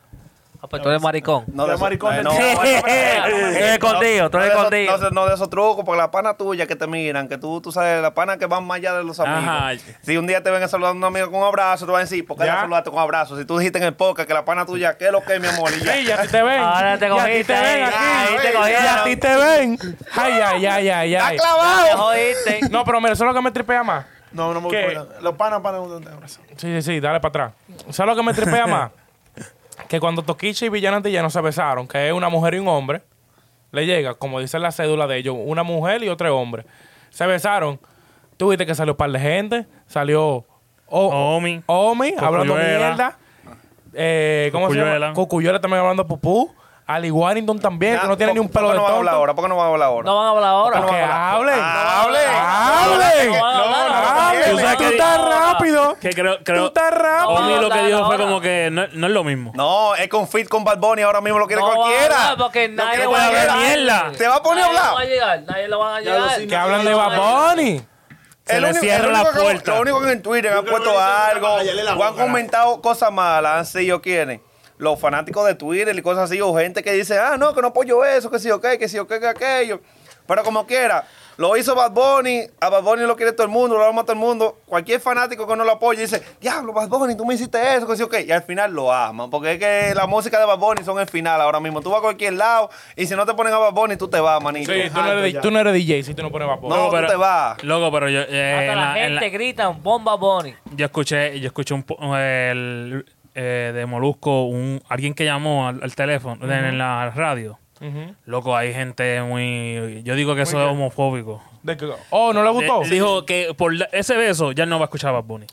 [SPEAKER 7] Ah, pues tú eres maricón.
[SPEAKER 3] No,
[SPEAKER 6] Ya,
[SPEAKER 3] de eso- eh,
[SPEAKER 6] maricón,
[SPEAKER 3] no,
[SPEAKER 6] no.
[SPEAKER 3] no, no,
[SPEAKER 7] Tú eres escondido, tú
[SPEAKER 3] no
[SPEAKER 7] eres
[SPEAKER 3] de eso-
[SPEAKER 7] escondido.
[SPEAKER 3] No, de- no de esos trucos, porque la pana tuya que te miran, que tú, tú sabes, la pana que van más allá de los amigos.
[SPEAKER 5] Ajá.
[SPEAKER 3] Si un día te ven a saludar a un amigo con un abrazo, te van a decir, ¿por qué
[SPEAKER 1] Ya.
[SPEAKER 3] la saludaste con un abrazo? Si tú dijiste en el podcast que la pana tuya, ¿qué es lo que es, mi amor? Y ya.
[SPEAKER 1] Sí, ya a ti te ven.
[SPEAKER 7] Ahora te
[SPEAKER 1] Y a ti
[SPEAKER 7] cogiste
[SPEAKER 1] te ven
[SPEAKER 7] ahí,
[SPEAKER 1] aquí.
[SPEAKER 7] ahí te
[SPEAKER 1] Y a
[SPEAKER 3] Ey, ya.
[SPEAKER 1] ti
[SPEAKER 7] cogieron.
[SPEAKER 1] te ven. Ay, ay, ay, ay, ay.
[SPEAKER 7] Te jodiste.
[SPEAKER 1] No, pero mira, eso es lo que me tripea más.
[SPEAKER 6] No, no me
[SPEAKER 1] ¿Qué?
[SPEAKER 6] gusta. Los panas, panas, no te abrazan.
[SPEAKER 1] Sí, sí, sí, dale para atrás. ¿Sabes lo que me tripea más? que cuando Toquicha y Villana Antillano se besaron, que es una mujer y un hombre, le llega, como dice la cédula de ellos, una mujer y otro hombre. Se besaron. Tú viste que salió un par de gente, salió O-
[SPEAKER 5] Omi.
[SPEAKER 1] Omi hablando
[SPEAKER 5] Cocuyuela.
[SPEAKER 1] mierda. Eh, ¿Cómo se
[SPEAKER 5] Cocuyuela.
[SPEAKER 1] llama? Cucuyuela también hablando pupú. Ali Warrington también, que no tiene ni un pelo de
[SPEAKER 3] ¿Por qué no vas a hablar
[SPEAKER 1] tonto.
[SPEAKER 3] ahora? ¿Por qué no vas a hablar ahora?
[SPEAKER 7] No van a hablar ahora. ah.
[SPEAKER 1] Que hablen,
[SPEAKER 3] hablen.
[SPEAKER 1] hablen,
[SPEAKER 7] No, no, no, no, no,
[SPEAKER 1] hablen.
[SPEAKER 5] no, no, no,
[SPEAKER 1] Tú
[SPEAKER 5] no,
[SPEAKER 1] estás
[SPEAKER 7] no, no,
[SPEAKER 1] rápido.
[SPEAKER 5] Que creo, creo.
[SPEAKER 1] Tú estás rápido.
[SPEAKER 5] Omi lo que dijo fue
[SPEAKER 7] Ahora.
[SPEAKER 5] como que no, no es lo mismo.
[SPEAKER 3] No, es con Fit con Bad Bunny, ahora mismo lo quiere
[SPEAKER 7] No va a
[SPEAKER 3] cualquiera.
[SPEAKER 7] hablar porque
[SPEAKER 3] Lo
[SPEAKER 7] nadie
[SPEAKER 3] quiere
[SPEAKER 7] va a
[SPEAKER 5] hablar
[SPEAKER 3] cualquiera.
[SPEAKER 5] mierda.
[SPEAKER 3] Te va a poner a
[SPEAKER 7] Nadie lo va
[SPEAKER 3] hablar.
[SPEAKER 7] a llegar, nadie lo van a llegar.
[SPEAKER 1] Que hablan de Bad Bunny.
[SPEAKER 5] Se le cierra
[SPEAKER 3] el
[SPEAKER 5] la
[SPEAKER 3] único que-
[SPEAKER 5] puerta.
[SPEAKER 3] Lo único que en Twitter han puesto algo, o han comentado cosas malas, han sido quienes. Los fanáticos de Twitter y cosas así, o gente que dice, ah, no, que no apoyo eso, que sí o qué, que sí o qué, que aquello. Pero como quiera, lo hizo Bad Bunny, a Bad Bunny lo quiere todo el mundo, lo ama todo el mundo. Cualquier fanático que no lo apoye dice, diablo, Bad Bunny, tú me hiciste eso, que sí o qué. Y al final lo aman, porque es que la música de Bad Bunny son el final ahora mismo. Tú vas a cualquier lado y si no te ponen a Bad Bunny, tú te vas, manito.
[SPEAKER 1] Sí, tú no, eres, tú no eres DJ si tú no pones vapor.
[SPEAKER 3] No, tú te vas.
[SPEAKER 5] Loco, pero yo. eh,
[SPEAKER 7] Hasta
[SPEAKER 5] en
[SPEAKER 7] la
[SPEAKER 5] la- en la-
[SPEAKER 7] gente grita bomba Bonnie.
[SPEAKER 5] yo escuché, yo escuché un, po- el, eh, de Molusco, un, alguien que llamó al, al teléfono, en, en la radio. Loco, hay gente muy. Yo digo que eso es homofóbico.
[SPEAKER 1] De que- oh, ¿no le gustó?
[SPEAKER 5] Le- dijo que por la- ese beso ya no va a escuchar a Bad Bunny.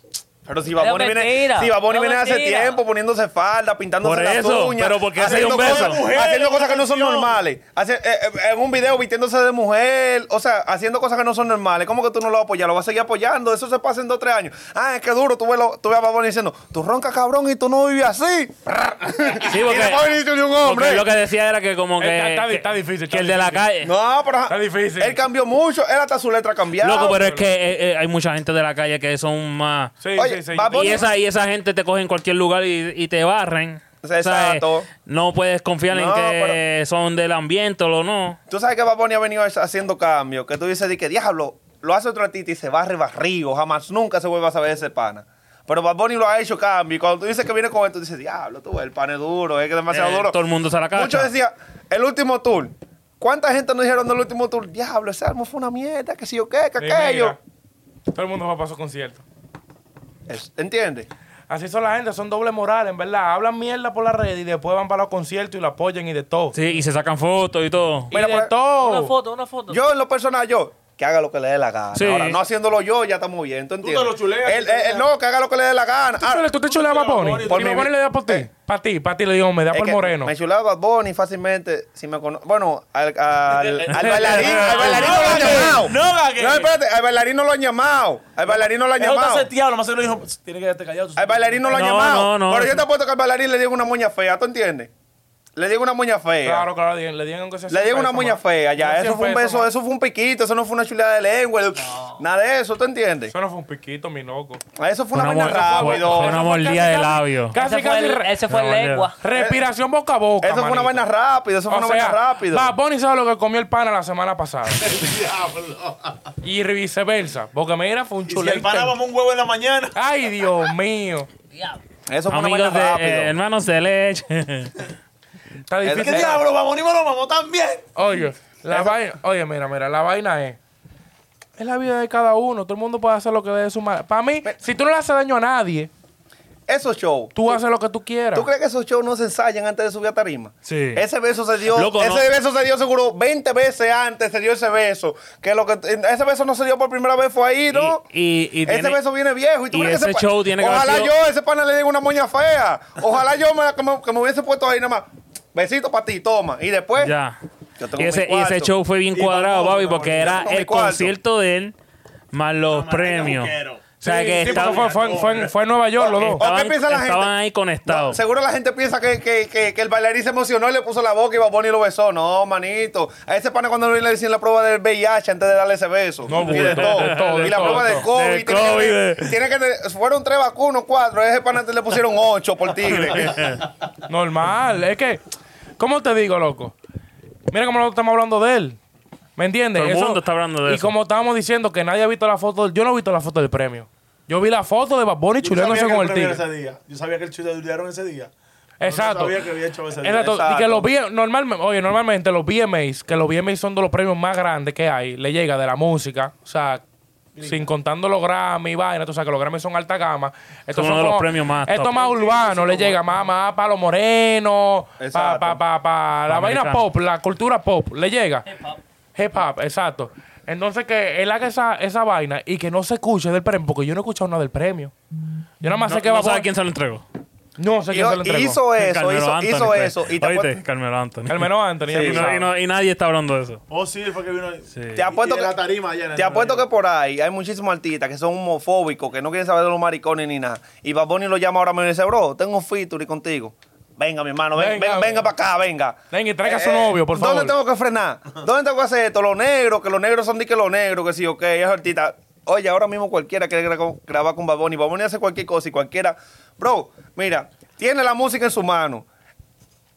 [SPEAKER 3] Pero si Baboni
[SPEAKER 7] Es
[SPEAKER 3] viene,
[SPEAKER 7] mentira,
[SPEAKER 3] si Bad Bunny
[SPEAKER 7] es
[SPEAKER 3] viene hace
[SPEAKER 7] mentira.
[SPEAKER 3] tiempo poniéndose falda, pintándose
[SPEAKER 5] Por
[SPEAKER 3] las
[SPEAKER 5] eso,
[SPEAKER 3] uñas,
[SPEAKER 5] pero ¿por qué se dio un
[SPEAKER 3] haciendo
[SPEAKER 5] beso?
[SPEAKER 3] cosas- haciendo cosas que no son
[SPEAKER 6] atención.
[SPEAKER 3] normales, Hace- eh, eh, en un video vistiéndose de mujer, o sea, haciendo cosas que no son normales. ¿Cómo que tú no lo vas a apoyar? Lo vas a seguir apoyando. Eso se pasa en dos o tres años. Ah, es que duro. Tú ves, lo, tú ves a Bad Bunny diciendo, tú roncas cabrón y tú no vives así.
[SPEAKER 5] Sí, porque,
[SPEAKER 3] Y después viniste de un hombre.
[SPEAKER 5] porque lo que decía era que como que.
[SPEAKER 1] Está- está-
[SPEAKER 5] que-
[SPEAKER 1] está difícil,
[SPEAKER 5] Que
[SPEAKER 1] está
[SPEAKER 5] el de la
[SPEAKER 1] difícil.
[SPEAKER 5] calle.
[SPEAKER 3] No, pero
[SPEAKER 1] Está difícil.
[SPEAKER 3] Él cambió mucho. Él hasta su letra cambió.
[SPEAKER 5] Loco, pero es que eh, eh, hay mucha gente de la calle que son más.
[SPEAKER 1] sí,
[SPEAKER 3] Oye,
[SPEAKER 1] sí, sí.
[SPEAKER 3] Bad Bunny-
[SPEAKER 5] Y esa, y esa gente te coge en cualquier lugar y, y te barren.
[SPEAKER 3] O sea, exacto.
[SPEAKER 5] No puedes confiar en
[SPEAKER 3] No,
[SPEAKER 5] que son del ambiente o no.
[SPEAKER 3] Tú sabes que Baboni ha venido haciendo cambios, que tú dices de que diablo, lo hace otro artista y se barre barrigo, jamás nunca se vuelve a saber ese pana. Pero Baboni lo ha hecho cambio. Y cuando tú dices que viene con esto, tú dices, diablo, tú, el pan es duro, es que es demasiado
[SPEAKER 5] Eh,
[SPEAKER 3] duro.
[SPEAKER 5] todo el mundo se la cacha.
[SPEAKER 3] Muchos decían, el último tour. ¿Cuánta gente nos dijeron del último tour? Diablo, ese álbum fue una mierda, que sí o qué, que
[SPEAKER 1] Y mira,
[SPEAKER 3] aquello.
[SPEAKER 1] Todo el mundo va para su concierto.
[SPEAKER 3] Es- ¿Entiendes?
[SPEAKER 1] Así son la gente, son doble moral, en verdad. Hablan mierda por la red y después van para los conciertos y la apoyan y de todo.
[SPEAKER 5] Sí, y se sacan fotos y todo.
[SPEAKER 1] Y
[SPEAKER 3] Mira,
[SPEAKER 1] de
[SPEAKER 3] por-
[SPEAKER 1] todo.
[SPEAKER 7] Una foto, una foto.
[SPEAKER 3] Yo, en lo personal, yo, que haga lo que le dé la gana.
[SPEAKER 5] Sí.
[SPEAKER 3] Ahora, no haciéndolo yo, ya estamos bien, ¿tú entiendes?
[SPEAKER 6] lo chuleas,
[SPEAKER 3] Él-
[SPEAKER 6] tú te
[SPEAKER 3] él- él no, que haga lo que le dé la gana. Ah,
[SPEAKER 1] Pero tú te chuleas a Bad Bunny.
[SPEAKER 6] Bonnie,
[SPEAKER 1] Y
[SPEAKER 3] por
[SPEAKER 1] Bad
[SPEAKER 3] mi-
[SPEAKER 1] Bunny le da por ti.
[SPEAKER 3] Eh.
[SPEAKER 1] Para ti, para ti le digo, me da
[SPEAKER 3] es
[SPEAKER 1] por
[SPEAKER 3] que
[SPEAKER 1] Moreno.
[SPEAKER 3] Me chulaba Bad Bunny fácilmente. Si me cono- bueno, al, al, al bailarín, al bailarín no lo han llamado.
[SPEAKER 6] No, Gague.
[SPEAKER 3] No, espérate, al bailarín no lo han llamado. Al bailarín no lo han
[SPEAKER 6] Eso está
[SPEAKER 3] llamado.
[SPEAKER 6] seteado, lo más seguro dijo, pues, tiene que quedarte callado. tú
[SPEAKER 3] Al bailarín no lo han
[SPEAKER 5] No,
[SPEAKER 3] llamado.
[SPEAKER 5] no, no.
[SPEAKER 3] Pero yo te apuesto que al bailarín le digo una muña fea, ¿tú entiendes? Le digo una muña fea.
[SPEAKER 1] Claro, claro, le digan- le digan aunque sea
[SPEAKER 3] Le
[SPEAKER 1] 100
[SPEAKER 3] digo una
[SPEAKER 1] pesos,
[SPEAKER 3] muña
[SPEAKER 1] man.
[SPEAKER 3] fea,
[SPEAKER 1] No,
[SPEAKER 3] ya.
[SPEAKER 1] 100
[SPEAKER 3] Eso fue un
[SPEAKER 1] pesos,
[SPEAKER 3] beso,
[SPEAKER 1] man.
[SPEAKER 3] eso fue un piquito, eso no fue una chulada de lengua. el- Nada de eso, ¿tú entiendes?
[SPEAKER 1] Eso no fue un piquito, mi loco.
[SPEAKER 3] Eso fue una
[SPEAKER 5] mor-
[SPEAKER 3] vaina
[SPEAKER 5] fue-
[SPEAKER 3] rápido.
[SPEAKER 5] fue una mordida de labio.
[SPEAKER 1] Casi,
[SPEAKER 7] ese fue,
[SPEAKER 1] casi.
[SPEAKER 7] el-
[SPEAKER 1] re-
[SPEAKER 7] ese fue
[SPEAKER 5] No,
[SPEAKER 7] lengua.
[SPEAKER 1] Respiración boca a boca.
[SPEAKER 3] Eso fue una
[SPEAKER 1] manito.
[SPEAKER 3] vaina rápida, eso fue una
[SPEAKER 1] O sea,
[SPEAKER 3] vaina rápida.
[SPEAKER 1] Bad Bunny sabe lo que comió el pana la semana pasada. y viceversa. Porque mira, fue un
[SPEAKER 6] Y si el
[SPEAKER 1] chulete.
[SPEAKER 6] pana vamos un huevo en la mañana.
[SPEAKER 1] Ay, Dios mío.
[SPEAKER 7] Diablo.
[SPEAKER 3] Eso fue una vaina
[SPEAKER 5] Amigos de
[SPEAKER 3] rápida.
[SPEAKER 5] eh, hermanos de leche.
[SPEAKER 1] Está
[SPEAKER 3] Es
[SPEAKER 6] ¿Qué
[SPEAKER 1] difícil.
[SPEAKER 3] que-
[SPEAKER 6] diablo, vamos? Ni me lo vamos también.
[SPEAKER 1] Oye, la
[SPEAKER 3] Eso-
[SPEAKER 1] vaina, oye, mira, mira, la vaina es. Es la vida de cada uno. Todo el mundo puede hacer lo que le dé su madre. Para mí, si tú no le haces daño a nadie,
[SPEAKER 3] Esos shows.
[SPEAKER 1] tú haces lo que tú quieras.
[SPEAKER 3] ¿Tú crees que esos shows no se ensayan antes de subir a tarima?
[SPEAKER 5] Sí.
[SPEAKER 3] Ese beso se dio,
[SPEAKER 5] Loco,
[SPEAKER 3] ese
[SPEAKER 5] no.
[SPEAKER 3] beso se dio seguro 20 veces antes se dio ese beso. Que lo que ese beso no se dio por primera vez fue ahí, ¿no?
[SPEAKER 5] Y- y- y
[SPEAKER 3] ese
[SPEAKER 5] tiene-
[SPEAKER 3] beso viene viejo. ¿Y, tú
[SPEAKER 5] y
[SPEAKER 3] crees que
[SPEAKER 5] ese
[SPEAKER 3] pa-
[SPEAKER 5] show tiene que haber
[SPEAKER 3] Ojalá
[SPEAKER 5] sido-
[SPEAKER 3] yo ese pana le diga una moña fea. Ojalá yo me, que, me, que me hubiese puesto ahí nada más. Besito para ti, toma. Y después.
[SPEAKER 5] ya.
[SPEAKER 3] Yo tengo
[SPEAKER 5] Y
[SPEAKER 3] mi
[SPEAKER 5] ese, y
[SPEAKER 3] cuarto.
[SPEAKER 5] ese show fue bien
[SPEAKER 6] Y
[SPEAKER 5] cuadrado,
[SPEAKER 6] vamos,
[SPEAKER 5] papi,
[SPEAKER 6] vamos,
[SPEAKER 5] porque
[SPEAKER 6] yo
[SPEAKER 5] era
[SPEAKER 3] tengo mi
[SPEAKER 5] el
[SPEAKER 3] cuarto.
[SPEAKER 5] concierto de él más los
[SPEAKER 6] Amarilla,
[SPEAKER 5] premios.
[SPEAKER 6] juquero.
[SPEAKER 5] O sea
[SPEAKER 1] Sí,
[SPEAKER 5] que
[SPEAKER 1] sí,
[SPEAKER 5] estaban,
[SPEAKER 1] porque fue, fue, fue en, fue en Nueva York los dos.
[SPEAKER 3] ¿O qué
[SPEAKER 5] estaban,
[SPEAKER 3] piensa la gente?
[SPEAKER 5] estaban ahí
[SPEAKER 3] No,
[SPEAKER 5] conectados.
[SPEAKER 3] seguro la gente piensa que, que, que, que el bailarín se emocionó y le puso la boca y Baboni lo besó. No, manito. A ese pana cuando le hicieron la prueba del VIH antes de darle ese beso.
[SPEAKER 1] No,
[SPEAKER 3] y de
[SPEAKER 1] de
[SPEAKER 3] todo.
[SPEAKER 1] todo, de
[SPEAKER 3] y la
[SPEAKER 1] todo,
[SPEAKER 3] prueba
[SPEAKER 1] de
[SPEAKER 3] del
[SPEAKER 1] todo.
[SPEAKER 3] COVID.
[SPEAKER 5] Del
[SPEAKER 3] tiene
[SPEAKER 5] COVID,
[SPEAKER 3] que-
[SPEAKER 5] de-
[SPEAKER 3] tiene que tener- fueron tres vacunos, cuatro. A ese pana le pusieron ocho por tigre.
[SPEAKER 1] Normal. Es que, ¿cómo te digo, loco? Mira cómo nosotros estamos hablando de él. ¿Me entiendes?
[SPEAKER 5] Todo el mundo está hablando de
[SPEAKER 1] y
[SPEAKER 5] eso.
[SPEAKER 1] como estábamos diciendo que nadie ha visto la foto, del- yo no he visto la foto del premio. Yo vi la foto de Bad Bunny
[SPEAKER 6] Yo sabía
[SPEAKER 1] chuleándose
[SPEAKER 6] que
[SPEAKER 1] con
[SPEAKER 6] el
[SPEAKER 1] el
[SPEAKER 6] premio
[SPEAKER 1] tigre.
[SPEAKER 6] era ese día. Yo sabía que el chute duraron ese día.
[SPEAKER 1] Exacto.
[SPEAKER 6] Yo no sabía que había hecho ese día.
[SPEAKER 1] Exacto. Y
[SPEAKER 3] Exacto.
[SPEAKER 1] que los VMAs, normalmente, oye, normalmente los VMAs, que los VMAs son de los premios más grandes que hay, le llega de la música, o sea, sin contando los Grammy, vaina, tú sabes que los Grammy son alta gama. Estos
[SPEAKER 5] Son uno de los premios más
[SPEAKER 1] Esto
[SPEAKER 5] top.
[SPEAKER 1] más urbano, le llega más, más para los morenos, para
[SPEAKER 3] Exacto.
[SPEAKER 1] pa, pa- pa- la vaina
[SPEAKER 5] americano.
[SPEAKER 1] pop, la cultura pop, le llega. Hip hop, exacto. Entonces que él haga esa, esa vaina y que no se escuche del premio, porque yo no he escuchado nada del premio. Yo nada más
[SPEAKER 5] No,
[SPEAKER 1] sé que
[SPEAKER 5] no
[SPEAKER 1] va
[SPEAKER 5] sabe
[SPEAKER 1] por-
[SPEAKER 5] quién se lo entregó.
[SPEAKER 1] No sé
[SPEAKER 3] y,
[SPEAKER 1] quién se lo entregó.
[SPEAKER 3] hizo eso,
[SPEAKER 5] Carmelo
[SPEAKER 3] hizo,
[SPEAKER 5] Anthony,
[SPEAKER 3] hizo
[SPEAKER 5] fue.
[SPEAKER 3] eso. Y te,
[SPEAKER 5] Oíste,
[SPEAKER 3] apuesto,
[SPEAKER 5] Carmelo Anthony.
[SPEAKER 1] El menos Anthony. ya
[SPEAKER 5] Y,
[SPEAKER 1] tú
[SPEAKER 5] no-
[SPEAKER 1] sabes.
[SPEAKER 5] y no- y nadie está hablando de eso.
[SPEAKER 6] Oh, sí, él fue que vino. Sí.
[SPEAKER 3] te apuesto
[SPEAKER 6] la
[SPEAKER 3] que.
[SPEAKER 6] tarima allá en
[SPEAKER 3] Te
[SPEAKER 6] el-
[SPEAKER 3] apuesto que por ahí hay muchísimos artistas que son homofóbicos, que no quieren saber de los maricones ni nada. Y Baboni lo llama ahora mismo y dice, bro, tengo un featuring contigo. Venga, mi hermano, ven-
[SPEAKER 1] Venga,
[SPEAKER 3] venga, venga, para acá, venga. Eh,
[SPEAKER 1] Venga y traiga a su novio, por favor.
[SPEAKER 3] ¿Dónde tengo que frenar? ¿Dónde tengo que hacer esto? Los negros, que los negros son de que los negros, que sí, ok, es artista. Oye, ahora mismo cualquiera quiere gra- grabar con Baboni. Baboni hace cualquier cosa y cualquiera. Bro, mira, tiene la música en su mano.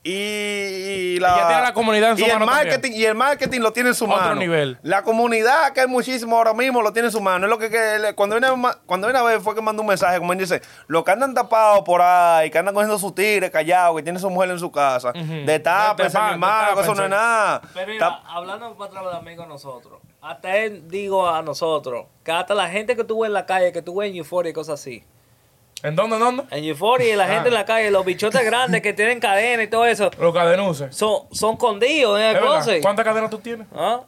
[SPEAKER 3] Y, y la,
[SPEAKER 1] Ella tiene la comunidad en su
[SPEAKER 3] y
[SPEAKER 1] mano
[SPEAKER 3] El
[SPEAKER 1] también.
[SPEAKER 3] marketing, y el marketing lo tiene en su
[SPEAKER 1] Otro
[SPEAKER 3] mano.
[SPEAKER 1] nivel.
[SPEAKER 3] La comunidad, que hay muchísimo ahora mismo, lo tiene en su mano. Es lo que, que le- cuando, viene, ma- cuando viene a ver fue que mandó un mensaje, como él dice, los que andan tapados por ahí, que andan cogiendo sus tigres callados, que tienen su mujer en su casa, de tapas,
[SPEAKER 1] Destapen,
[SPEAKER 3] mi hermano, que eso no
[SPEAKER 1] destapen,
[SPEAKER 3] es nada.
[SPEAKER 7] Pero mira,
[SPEAKER 3] Tap-
[SPEAKER 7] hablando para atrás de amigos nosotros, hasta él digo a nosotros, que hasta la gente que tú ves en la calle, que tú ves en Euphoria y cosas así.
[SPEAKER 1] ¿En dónde, en dónde?
[SPEAKER 7] En Euphoria y
[SPEAKER 1] Ah.
[SPEAKER 7] la gente en la calle, los bichotes grandes que tienen cadena y todo eso,
[SPEAKER 1] Los cadenuses.
[SPEAKER 7] son, son condidos en
[SPEAKER 1] Es
[SPEAKER 7] el
[SPEAKER 1] verdad.
[SPEAKER 7] closet.
[SPEAKER 1] ¿Cuántas cadenas tú tienes?
[SPEAKER 7] ¿Ah?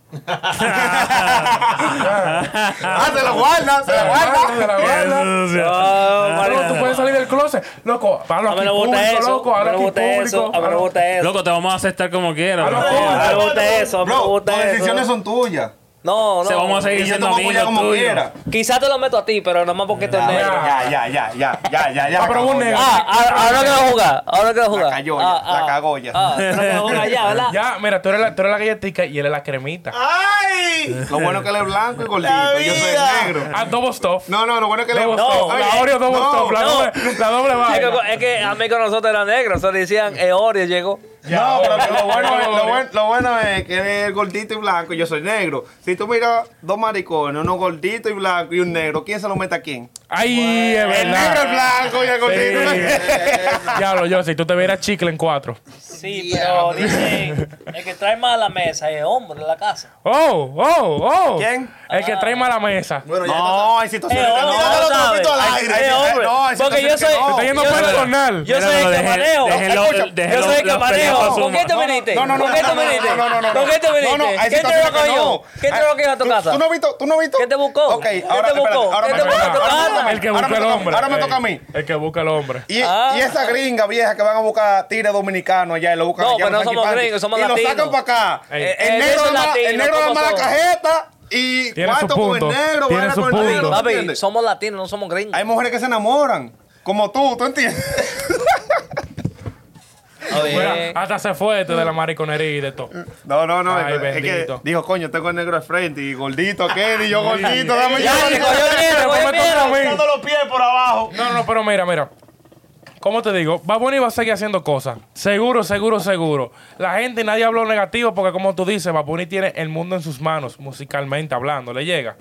[SPEAKER 3] Ah, se la guarda, se la
[SPEAKER 1] Ah, de
[SPEAKER 3] guarda.
[SPEAKER 1] la guarda.
[SPEAKER 5] Eso, o sea,
[SPEAKER 7] Ah,
[SPEAKER 1] Pero tú
[SPEAKER 7] María.
[SPEAKER 1] puedes salir del closet. Loco, hablo
[SPEAKER 7] A mí
[SPEAKER 1] aquí
[SPEAKER 7] no me gusta
[SPEAKER 1] público,
[SPEAKER 7] eso.
[SPEAKER 1] loco.
[SPEAKER 7] a mí
[SPEAKER 1] Hablo
[SPEAKER 7] no me
[SPEAKER 1] aquí
[SPEAKER 7] gusta eso. A mí no me
[SPEAKER 1] público.
[SPEAKER 7] gusta eso.
[SPEAKER 5] Loco, te vamos a aceptar como quieras.
[SPEAKER 1] A lo
[SPEAKER 5] bro.
[SPEAKER 1] mejor.
[SPEAKER 7] A mí no me gusta eso. A mí no me
[SPEAKER 3] Bro,
[SPEAKER 7] gusta
[SPEAKER 3] tus
[SPEAKER 7] eso.
[SPEAKER 3] decisiones son tuyas.
[SPEAKER 7] No, no.
[SPEAKER 5] Se vamos a
[SPEAKER 3] Y
[SPEAKER 5] seguir
[SPEAKER 3] yo
[SPEAKER 5] siendo
[SPEAKER 3] tomo puya
[SPEAKER 5] amigos
[SPEAKER 3] como
[SPEAKER 5] tuyos.
[SPEAKER 3] quiera. Ah,
[SPEAKER 7] Quizás te lo meto a ti, pero nomás porque te negro.
[SPEAKER 3] Ya, ya, ya, ya, ya, ya, ya.
[SPEAKER 1] Ah, pero
[SPEAKER 3] la
[SPEAKER 1] vos
[SPEAKER 3] cagó,
[SPEAKER 1] negas.
[SPEAKER 7] Ah, ahora- ahora que va a jugar. Ahora que va a jugar.
[SPEAKER 3] cayó ya,
[SPEAKER 7] Ah, ah,
[SPEAKER 3] la cagó ya.
[SPEAKER 7] Ah, ahora que va a jugar ya, ¿verdad?
[SPEAKER 1] Ya, mira, tú eres la, tú eres la galletica y él es la cremita.
[SPEAKER 6] ¡Ay!
[SPEAKER 3] ya. Lo bueno es que él es blanco y gordito,
[SPEAKER 6] La
[SPEAKER 3] yo soy
[SPEAKER 6] vida.
[SPEAKER 3] negro.
[SPEAKER 1] Ah, double stuff.
[SPEAKER 3] No, no, lo bueno es que él es
[SPEAKER 1] Double
[SPEAKER 7] No,
[SPEAKER 1] stuff. La
[SPEAKER 3] Oye,
[SPEAKER 1] Oreo double
[SPEAKER 3] no,
[SPEAKER 1] stuff. La
[SPEAKER 7] no. eh,
[SPEAKER 1] doble, la doble
[SPEAKER 7] Es
[SPEAKER 1] vaina.
[SPEAKER 7] que- Es que a mí con nosotros era negro, o sea, decían Eorio llegó.
[SPEAKER 3] No, pero que lo bueno, es, lo, buen- lo bueno es que él es gordito y blanco y yo soy negro. Si tú miras dos maricones, uno gordito y blanco y un negro, ¿quién se lo mete a quién?
[SPEAKER 1] Ay, es
[SPEAKER 3] El negro es
[SPEAKER 1] verdad.
[SPEAKER 3] blanco y el gordito es blanco.
[SPEAKER 1] Diablo, yo, si tú te vieras chicle en cuatro.
[SPEAKER 7] Sí, pero dice el que trae más a la mesa es hombre de la casa.
[SPEAKER 1] Oh, oh, oh.
[SPEAKER 3] ¿Quién?
[SPEAKER 1] El que trae mala mesa.
[SPEAKER 6] Bueno, ya.
[SPEAKER 3] No, hay situaciones
[SPEAKER 7] Eh,
[SPEAKER 3] que no.
[SPEAKER 7] hombre, no sabe.
[SPEAKER 3] Ay, ay,
[SPEAKER 7] Eh,
[SPEAKER 3] ay,
[SPEAKER 7] hombre.
[SPEAKER 3] No, hay mal. si
[SPEAKER 7] Porque
[SPEAKER 3] te
[SPEAKER 7] yo
[SPEAKER 3] acercas-
[SPEAKER 7] soy-
[SPEAKER 3] No,
[SPEAKER 1] Está yendo
[SPEAKER 7] yo
[SPEAKER 1] para el
[SPEAKER 7] soy-
[SPEAKER 1] jornal.
[SPEAKER 7] Yo
[SPEAKER 5] Mira,
[SPEAKER 7] soy
[SPEAKER 5] no,
[SPEAKER 7] el que
[SPEAKER 5] deje-
[SPEAKER 7] manejo.
[SPEAKER 5] déjelo-
[SPEAKER 7] Escucha,
[SPEAKER 5] déjelo-
[SPEAKER 7] Yo soy el
[SPEAKER 5] los
[SPEAKER 7] que manejo.
[SPEAKER 5] pendejos
[SPEAKER 7] ¿Con qué te
[SPEAKER 5] asuman.
[SPEAKER 7] viniste?
[SPEAKER 3] No, no, no,
[SPEAKER 7] ¿Con qué
[SPEAKER 3] no,
[SPEAKER 7] te
[SPEAKER 3] no,
[SPEAKER 7] viniste?
[SPEAKER 3] no, no, no,
[SPEAKER 7] ¿Con qué te viniste?
[SPEAKER 3] No, no, hay
[SPEAKER 7] ¿Qué te
[SPEAKER 3] situaciones
[SPEAKER 7] recogió?
[SPEAKER 3] que no.
[SPEAKER 7] ¿Qué te
[SPEAKER 3] Ay,
[SPEAKER 7] recogió a tu
[SPEAKER 3] tú-
[SPEAKER 7] casa?
[SPEAKER 3] ¿Tú no viste? ¿Tú no viste?
[SPEAKER 7] ¿Qué te buscó?
[SPEAKER 3] Ok,
[SPEAKER 7] ¿Qué
[SPEAKER 3] ahora
[SPEAKER 7] te
[SPEAKER 3] espérate,
[SPEAKER 7] buscó?
[SPEAKER 3] ahora
[SPEAKER 7] ¿Qué
[SPEAKER 3] me
[SPEAKER 7] te
[SPEAKER 3] toca a mí,
[SPEAKER 7] buscó?
[SPEAKER 3] ahora me toca a mí.
[SPEAKER 1] El que
[SPEAKER 3] Ahora
[SPEAKER 1] busca el
[SPEAKER 3] me toca-
[SPEAKER 1] hombre.
[SPEAKER 3] Ahora me toca a
[SPEAKER 1] Ey,
[SPEAKER 3] mí.
[SPEAKER 1] El que busca el hombre.
[SPEAKER 3] Y,
[SPEAKER 7] Ah.
[SPEAKER 3] y esa gringa vieja que van a buscar tigres dominicanos allá y lo buscan
[SPEAKER 7] No,
[SPEAKER 3] allá
[SPEAKER 7] pero
[SPEAKER 3] en
[SPEAKER 7] no
[SPEAKER 3] Yankee
[SPEAKER 7] somos
[SPEAKER 3] Park,
[SPEAKER 7] gringos, somos
[SPEAKER 3] y
[SPEAKER 7] latinos.
[SPEAKER 3] lo sacan para acá.
[SPEAKER 1] Ey.
[SPEAKER 3] El,
[SPEAKER 7] Eh,
[SPEAKER 3] negro
[SPEAKER 7] ellos
[SPEAKER 3] da la- el
[SPEAKER 7] latinos,
[SPEAKER 3] negro da
[SPEAKER 7] ¿cómo
[SPEAKER 3] mala
[SPEAKER 7] son?
[SPEAKER 3] cajeta
[SPEAKER 1] Tiene
[SPEAKER 3] y
[SPEAKER 1] su
[SPEAKER 3] cuarto con el
[SPEAKER 1] punto,
[SPEAKER 3] negro,
[SPEAKER 1] tiene
[SPEAKER 3] vaina
[SPEAKER 1] su
[SPEAKER 3] con el negro.
[SPEAKER 1] punto.
[SPEAKER 3] ¿tú
[SPEAKER 7] Papi,
[SPEAKER 3] entiendes?
[SPEAKER 7] somos latinos, no somos gringos.
[SPEAKER 3] Hay mujeres que se enamoran, como tú, ¿tú entiendes?
[SPEAKER 7] Oye,
[SPEAKER 1] Mira,
[SPEAKER 3] Ah,
[SPEAKER 1] hasta se fue este de la mariconería y de todo.
[SPEAKER 3] No, no, no.
[SPEAKER 1] Ay,
[SPEAKER 3] es que- es que
[SPEAKER 1] bendito.
[SPEAKER 3] dijo, coño, tengo el negro al frente y gordito aquel y yo gordito, dame
[SPEAKER 7] Ya,
[SPEAKER 3] yo.
[SPEAKER 7] le cogió miedo, le cogió
[SPEAKER 1] Pero me toca a
[SPEAKER 7] miedo.
[SPEAKER 1] mí.
[SPEAKER 6] Dando los pies por abajo.
[SPEAKER 1] No, no, pero mira, mira. ¿Cómo te digo? Bad Bunny va a seguir haciendo cosas. Seguro, seguro, seguro. La gente, nadie habló negativo porque como tú dices, Bad Bunny tiene el mundo en sus manos, musicalmente hablando, le llega.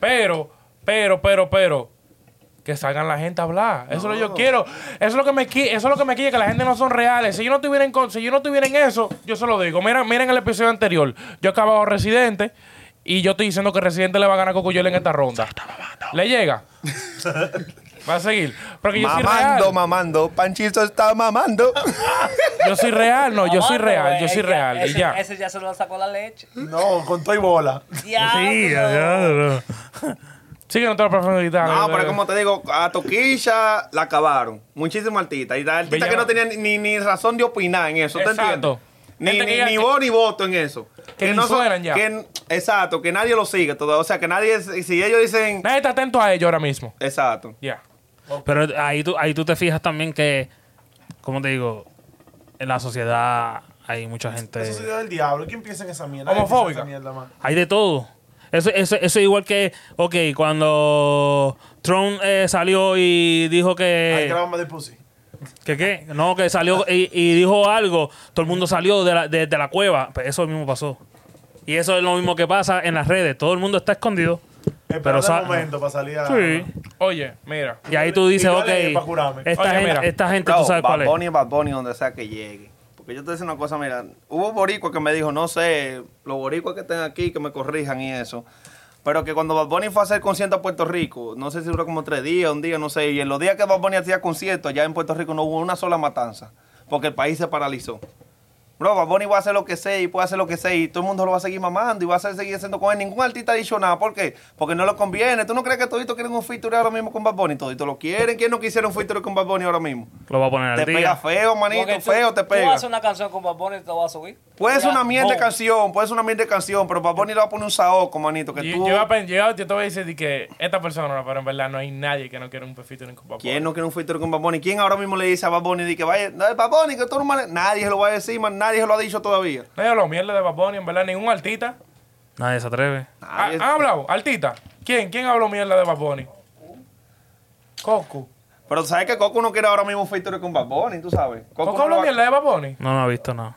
[SPEAKER 1] Pero, pero, pero, pero, que salgan la gente a hablar. Eso es lo que yo quiero. Eso es lo que me qui- eso es lo que me quilla, que la gente no son reales. Si yo no tuviera en, con- si yo no tuviera en eso, yo se lo digo. Miren, miren el episodio anterior. Yo acababa Residente y yo estoy diciendo que Residente le va a ganar a Cocuyuela en esta ronda. Le llega. Va a seguir. Porque yo soy real.
[SPEAKER 3] Mamando, mamando, Panchito está mamando.
[SPEAKER 1] Yo soy real, no, yo soy
[SPEAKER 7] Aguanta,
[SPEAKER 1] real, yo
[SPEAKER 7] güey,
[SPEAKER 1] soy
[SPEAKER 7] eh, ya,
[SPEAKER 1] real. Y
[SPEAKER 7] ese-
[SPEAKER 1] ya.
[SPEAKER 7] Ese ya se lo sacó la leche.
[SPEAKER 6] No, con todo y bola.
[SPEAKER 1] Sí,
[SPEAKER 7] Diablo.
[SPEAKER 1] ya, ya. Sí que no te lo profundidad.
[SPEAKER 3] No, Ah, pero como te digo, a Toquilla la acabaron. Muchísimos artistas. Y da artistas
[SPEAKER 1] Villano.
[SPEAKER 3] que no tenían ni, ni razón de opinar en eso, ¿te
[SPEAKER 1] Exacto.
[SPEAKER 3] entiendes? Ni,
[SPEAKER 1] Gente que
[SPEAKER 3] ni,
[SPEAKER 1] ya-
[SPEAKER 3] ni voz ni voto en eso.
[SPEAKER 1] Que ni
[SPEAKER 3] no son-
[SPEAKER 1] suenan ya.
[SPEAKER 3] que n- exacto, que nadie lo sigue todo. O sea, que nadie. Si ellos dicen.
[SPEAKER 1] Nadie está atento a ello ahora mismo.
[SPEAKER 3] Exacto.
[SPEAKER 1] Ya.
[SPEAKER 5] Pero ahí tú, ahí tú te fijas también que, como te digo, en la sociedad hay mucha gente.
[SPEAKER 6] Eso es idea del diablo. ¿Quién piensa en esa mierda? Nadie
[SPEAKER 1] Homofóbica.
[SPEAKER 6] piensa en esa mierda, man.
[SPEAKER 5] Hay de todo. Eso, eso, eso es igual que, ok, cuando Trump eh, salió y dijo
[SPEAKER 6] Ahí
[SPEAKER 3] Eh.
[SPEAKER 5] que...
[SPEAKER 6] te la vamos de pussy.
[SPEAKER 5] ¿Que qué? No, que salió y, y dijo algo, todo el mundo salió de la, de, de la cueva. Pues eso mismo pasó. Y eso es lo mismo que pasa en las redes. Todo el mundo está escondido.
[SPEAKER 6] Espera
[SPEAKER 5] sa-
[SPEAKER 6] un momento para salir a...
[SPEAKER 5] Sí.
[SPEAKER 1] Oye, mira.
[SPEAKER 5] Y ahí tú dices,
[SPEAKER 6] Y yo
[SPEAKER 5] ok,
[SPEAKER 6] leí pa' curarme.
[SPEAKER 5] esta,
[SPEAKER 1] Oye,
[SPEAKER 5] gente,
[SPEAKER 1] mira.
[SPEAKER 5] esta gente
[SPEAKER 3] Bro,
[SPEAKER 5] tú sabes
[SPEAKER 3] Bad
[SPEAKER 5] cuál es.
[SPEAKER 3] Bunny es Bad Bunny donde sea que llegue. Porque yo te decía una cosa, mira, hubo boricuas que me dijo, no sé, los boricuas que estén aquí, que me corrijan y eso. Pero que cuando Bad Bunny fue a hacer concierto a Puerto Rico, no sé si duró como tres días, un día, no sé, y en los días que Bad Bunny hacía concierto, allá en Puerto Rico no hubo una sola matanza, porque el país se paralizó. Bro, Bad Bunny va a hacer lo que sea y puede hacer lo que sea y todo el mundo lo va a seguir mamando y va a hacer- seguir haciendo con él. Ningún artista ha dicho nada. ¿Por qué? Porque no lo conviene. ¿Tú no crees que toditos quieren un feature ahora mismo con Bad Bunny? Toditos lo quieren. ¿Quién no quisiera un feature con Bad Bunny ahora mismo?
[SPEAKER 5] Lo va a poner al
[SPEAKER 3] Te pega
[SPEAKER 5] día.
[SPEAKER 3] feo, manito,
[SPEAKER 7] Porque tú-
[SPEAKER 3] feo te
[SPEAKER 7] Tú
[SPEAKER 3] pega.
[SPEAKER 7] haces una canción con Bad Bunny y te la vas a subir.
[SPEAKER 3] Puede ser
[SPEAKER 7] Ya, oh.
[SPEAKER 3] una mierda de
[SPEAKER 7] boom.
[SPEAKER 3] canción, puede ser una mierda de canción, pero Bad Bunny le va a poner un saoco, manito, que
[SPEAKER 1] Yo,
[SPEAKER 3] tú...
[SPEAKER 1] yo iba a pen- yo- yo te voy a decir de que esta persona, pero en verdad no hay nadie que no quiera un perfil en Copa
[SPEAKER 3] ¿Quién no quiere un feature con Bad Bunny? ¿Quién ahora mismo le dice a Bad Bunny de que vaya... No, Bad Bunny, que tú no mal... Nadie se lo va a decir, man, nadie se lo ha dicho todavía.
[SPEAKER 1] No hay hablado mierda de Bad Bunny, en verdad, ningún artista.
[SPEAKER 5] Nadie se atreve.
[SPEAKER 1] Ah,
[SPEAKER 3] Nadie-
[SPEAKER 1] ¿Han hablado? ¿Artista? ¿Quién? ¿Quién habló mierda de Bad Bunny? Coco.
[SPEAKER 3] Pero tú sabes que Coco no quiere ahora mismo un feature con Bad Bunny, tú sabes.
[SPEAKER 1] ¿Coco
[SPEAKER 3] no
[SPEAKER 1] habló
[SPEAKER 3] va-
[SPEAKER 1] mierda de Bad Bunny?
[SPEAKER 5] No, no ha visto nada.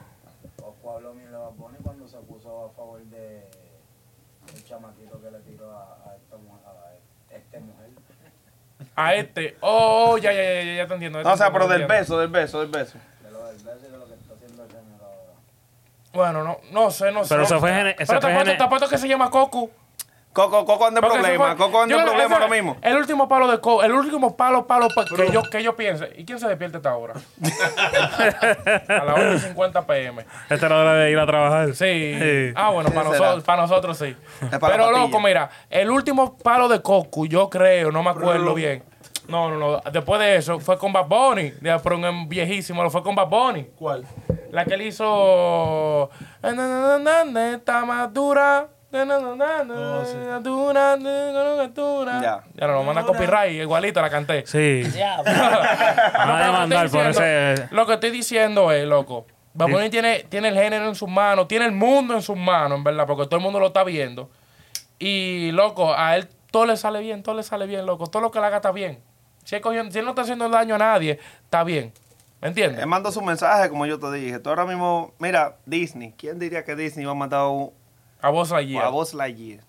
[SPEAKER 8] Osco habló bien de Bad Bunny cuando se puso a favor de el chamaquito que le tiró a, a esta mujer, a este mujer.
[SPEAKER 1] A este. Oh, ya, ya, ya, ya, ya te entiendo. ya
[SPEAKER 3] No,
[SPEAKER 1] te
[SPEAKER 3] o sea,
[SPEAKER 1] entiendo,
[SPEAKER 3] pero
[SPEAKER 1] ya te
[SPEAKER 3] del
[SPEAKER 1] entiendo.
[SPEAKER 3] beso, del beso, del beso.
[SPEAKER 8] De lo del beso y de lo que está haciendo el género ahora.
[SPEAKER 1] Bueno, no, no sé, no sé.
[SPEAKER 5] Pero se fue gene- se
[SPEAKER 1] Pero
[SPEAKER 5] fue
[SPEAKER 1] tampoco,
[SPEAKER 5] gene-
[SPEAKER 1] tampoco es que se llama Coco.
[SPEAKER 3] Coco, Coco anda en
[SPEAKER 1] Porque
[SPEAKER 3] problema,
[SPEAKER 1] se fue-
[SPEAKER 3] Coco anda
[SPEAKER 1] Yo
[SPEAKER 3] en
[SPEAKER 1] creo que
[SPEAKER 3] problema
[SPEAKER 1] ese-
[SPEAKER 3] ahora mismo.
[SPEAKER 1] El último palo de Coco, el último palo, palo pa- que yo, que yo piense. ¿Y quién se despierta a esta hora? a las 8.50 pm.
[SPEAKER 5] Esta es la hora de ir a trabajar.
[SPEAKER 1] Sí. Ah, bueno, para
[SPEAKER 3] será?
[SPEAKER 1] nosotros, para nosotros sí.
[SPEAKER 3] Es para
[SPEAKER 1] Pero
[SPEAKER 3] la patilla.
[SPEAKER 1] loco, mira, el último palo de Coco, yo creo, no me acuerdo bien. No, no, no. Después de eso, fue con Bad Bunny. Ya, Pero un viejísimo, lo fue con Bad Bunny.
[SPEAKER 6] ¿Cuál?
[SPEAKER 1] La que él hizo. "Na, na, na, na, Está más dura. Na, na, na, na, na, dura, na, na, na, dura".
[SPEAKER 3] Ya.
[SPEAKER 1] Ya no, nos manda copyright, igualita la canté.
[SPEAKER 5] Sí. Van a
[SPEAKER 1] pero lo que
[SPEAKER 5] demandar
[SPEAKER 1] estoy
[SPEAKER 5] por
[SPEAKER 1] diciendo-
[SPEAKER 5] ese...
[SPEAKER 1] Lo que estoy diciendo es, loco. Bad Bunny tiene, tiene el género en sus manos, tiene el mundo en sus manos, en verdad, porque todo el mundo lo está viendo. Y, loco, a él todo le sale bien, todo le sale bien, loco. Todo lo que le haga está bien. Si, él cogió- si él no está haciendo daño a nadie, está bien. ¿Me entiendes?
[SPEAKER 3] Él mandó su mensaje, como yo te dije. Tú ahora mismo, mira, Disney. ¿Quién diría que Disney va a mandar un-
[SPEAKER 1] A vos allí.
[SPEAKER 3] a Buzz Lightyear?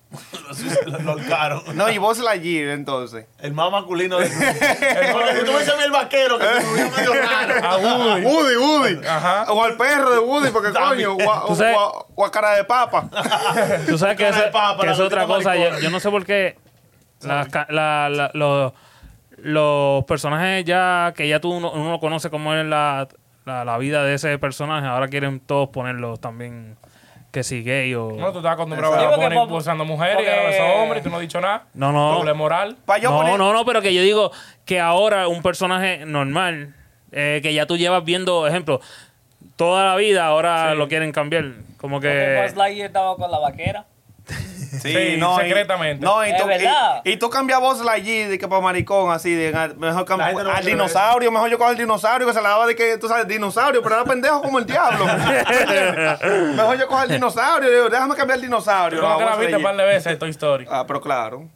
[SPEAKER 6] Lo- Lo caro.
[SPEAKER 3] No, y Buzz Lightyear, entonces.
[SPEAKER 6] El más masculino de Porque si tú me dices a mí el vaquero, que se subió medio raro.
[SPEAKER 1] A Woody.
[SPEAKER 3] Ah, Woody, Woody.
[SPEAKER 1] Ajá.
[SPEAKER 3] O al perro de Woody, porque coño, o a,
[SPEAKER 5] Tú sabes-
[SPEAKER 3] o a- o a cara de papa.
[SPEAKER 5] Tú sabes que
[SPEAKER 6] Cara
[SPEAKER 5] eso
[SPEAKER 6] de papa,
[SPEAKER 5] que
[SPEAKER 6] la
[SPEAKER 5] eso es otra
[SPEAKER 6] gotita
[SPEAKER 5] cosa. Yo,
[SPEAKER 6] maricona.
[SPEAKER 5] yo no sé por qué las ca- la- la- los- los personajes ya que ya tú uno, uno conoce cómo es la, la, la vida de ese personaje, ahora quieren todos ponerlos también que si gay o...
[SPEAKER 1] No, tú estás acostumbrado
[SPEAKER 7] Sí,
[SPEAKER 1] a
[SPEAKER 7] porque
[SPEAKER 1] poner
[SPEAKER 7] pop-
[SPEAKER 1] impulsando mujeres y ahora
[SPEAKER 7] porque-
[SPEAKER 1] besas hombres y tú no has dicho nada.
[SPEAKER 5] No, no.
[SPEAKER 1] Doble moral.
[SPEAKER 3] Pa' yo
[SPEAKER 5] no,
[SPEAKER 3] poner-
[SPEAKER 5] no, no, pero que yo digo que ahora un personaje normal, eh, que ya tú llevas viendo, ejemplo, toda la vida, ahora lo quieren cambiar. Como
[SPEAKER 7] Porque
[SPEAKER 5] que...
[SPEAKER 7] Buzz Lightyear estaba con la vaquera.
[SPEAKER 3] Sí,
[SPEAKER 1] Sí,
[SPEAKER 3] no, y-
[SPEAKER 1] secretamente.
[SPEAKER 3] no, y
[SPEAKER 7] Es
[SPEAKER 3] tú,
[SPEAKER 7] verdad.
[SPEAKER 3] y, y tú cambias voz la G de que para maricón, así, de, ah, mejor cam-
[SPEAKER 6] La gente no
[SPEAKER 3] al
[SPEAKER 6] quiere
[SPEAKER 3] dinosaurio, mejor yo cojo al dinosaurio que se la daba de que tú sabes, dinosaurio, pero era pendejo como el diablo. mejor yo cojo al dinosaurio, yo digo, déjame cambiar el dinosaurio.
[SPEAKER 1] Yo creo
[SPEAKER 3] no,
[SPEAKER 1] que la
[SPEAKER 3] Buzz
[SPEAKER 1] viste un par
[SPEAKER 3] Lightyear.
[SPEAKER 1] de veces Toy Story.
[SPEAKER 3] Ah, pero claro.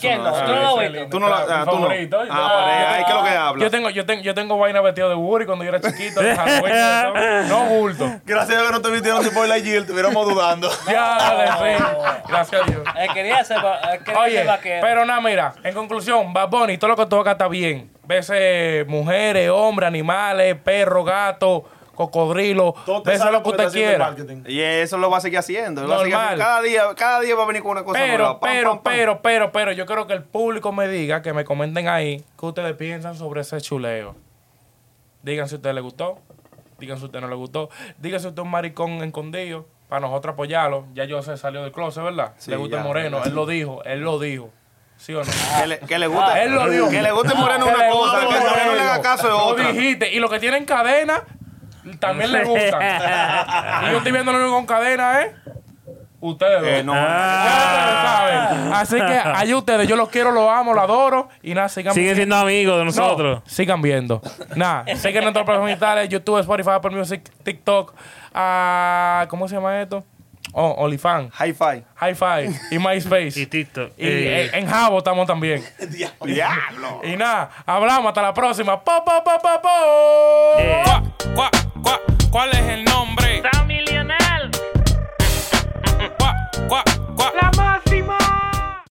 [SPEAKER 7] ¿Quién no?
[SPEAKER 3] no,
[SPEAKER 7] ¿Tú no
[SPEAKER 3] no,
[SPEAKER 7] lo
[SPEAKER 1] ese
[SPEAKER 7] viste?
[SPEAKER 3] Tú no la,
[SPEAKER 1] Claro,
[SPEAKER 3] ah,
[SPEAKER 1] mi
[SPEAKER 3] tú no.
[SPEAKER 1] favorito.
[SPEAKER 3] Ah,
[SPEAKER 1] Ah.
[SPEAKER 3] pare, ahí que es lo que habla.
[SPEAKER 1] Yo tengo, yo tengo, yo tengo vaina vestido de Woody cuando yo era chiquito, de Halloween, no bulto.
[SPEAKER 6] Gracias a Dios que no te vistieron tipo de la Jill, estuviéramos dudando.
[SPEAKER 1] Ya, dale, sí. Gracias a Dios.
[SPEAKER 7] Él quería ser, va- él quería
[SPEAKER 1] Oye,
[SPEAKER 7] ser vaquero.
[SPEAKER 1] pero nada, mira, en conclusión, Bad Bunny, todo lo que toca está bien. Veces mujeres, hombres, animales, perros, gatos, cocodrilos,
[SPEAKER 6] Todo te
[SPEAKER 1] veces
[SPEAKER 6] sale
[SPEAKER 1] lo que usted
[SPEAKER 6] porque está haciendo el
[SPEAKER 1] quiera.
[SPEAKER 6] marketing.
[SPEAKER 3] Y eso lo va a seguir haciendo. lo va a seguir
[SPEAKER 1] Normal.
[SPEAKER 3] haciendo. Cada día, cada día va a venir con una cosa
[SPEAKER 1] Pero,
[SPEAKER 3] nueva. Pam,
[SPEAKER 1] pero,
[SPEAKER 3] pam, pam.
[SPEAKER 1] pero, pero, pero, yo quiero que el público me diga, que me comenten ahí, qué ustedes piensan sobre ese chuleo. Digan si a ustedes les gustó, digan si a ustedes no les gustó, digan si usted es un maricón escondido, para nosotros apoyarlo. Ya yo se salió del closet, ¿verdad?
[SPEAKER 3] Sí,
[SPEAKER 1] le gusta el
[SPEAKER 3] ya,
[SPEAKER 1] moreno, él lo dijo, él lo dijo. ¿Sí o no?
[SPEAKER 3] Que le, que le guste.
[SPEAKER 1] Ah, él lo dijo.
[SPEAKER 3] Que le guste Moreno
[SPEAKER 1] Que
[SPEAKER 3] una
[SPEAKER 1] le
[SPEAKER 3] cosa,
[SPEAKER 1] gusta
[SPEAKER 3] que
[SPEAKER 1] Moreno.
[SPEAKER 3] Moreno le haga caso de
[SPEAKER 1] Lo
[SPEAKER 3] otra.
[SPEAKER 1] dijiste. Y los que tienen cadena, también les gusta. y yo estoy viendo lo único con cadena, ¿eh? Ustedes.
[SPEAKER 3] Eh, no.
[SPEAKER 1] Ah.
[SPEAKER 5] Ah,
[SPEAKER 1] Ya ustedes saben. Así que ahí ustedes, yo los quiero, los amo, los adoro. Y nada, sigan
[SPEAKER 5] Siguen siendo amigos de
[SPEAKER 1] No,
[SPEAKER 5] nosotros.
[SPEAKER 1] sigan viendo. Nada, siguen nuestras plataformas digitales, YouTube, Spotify, Apple Music, TikTok. ah, ¿Cómo se llama esto? Oh, OnlyFans,
[SPEAKER 3] Hi-Fi.
[SPEAKER 1] Hi-Fi y MySpace.
[SPEAKER 5] Y TikTok.
[SPEAKER 1] Y
[SPEAKER 5] Eh,
[SPEAKER 1] en, en Jabo estamos también.
[SPEAKER 3] Diablo.
[SPEAKER 1] Y nada, hablamos hasta la próxima. Po, po, po, po, po.
[SPEAKER 5] Yeah.
[SPEAKER 1] Cuá, cuá, ¿Cuál es el nombre?
[SPEAKER 2] Sammy Lionel.
[SPEAKER 1] Cuá, cuá, cuá.
[SPEAKER 2] La madre.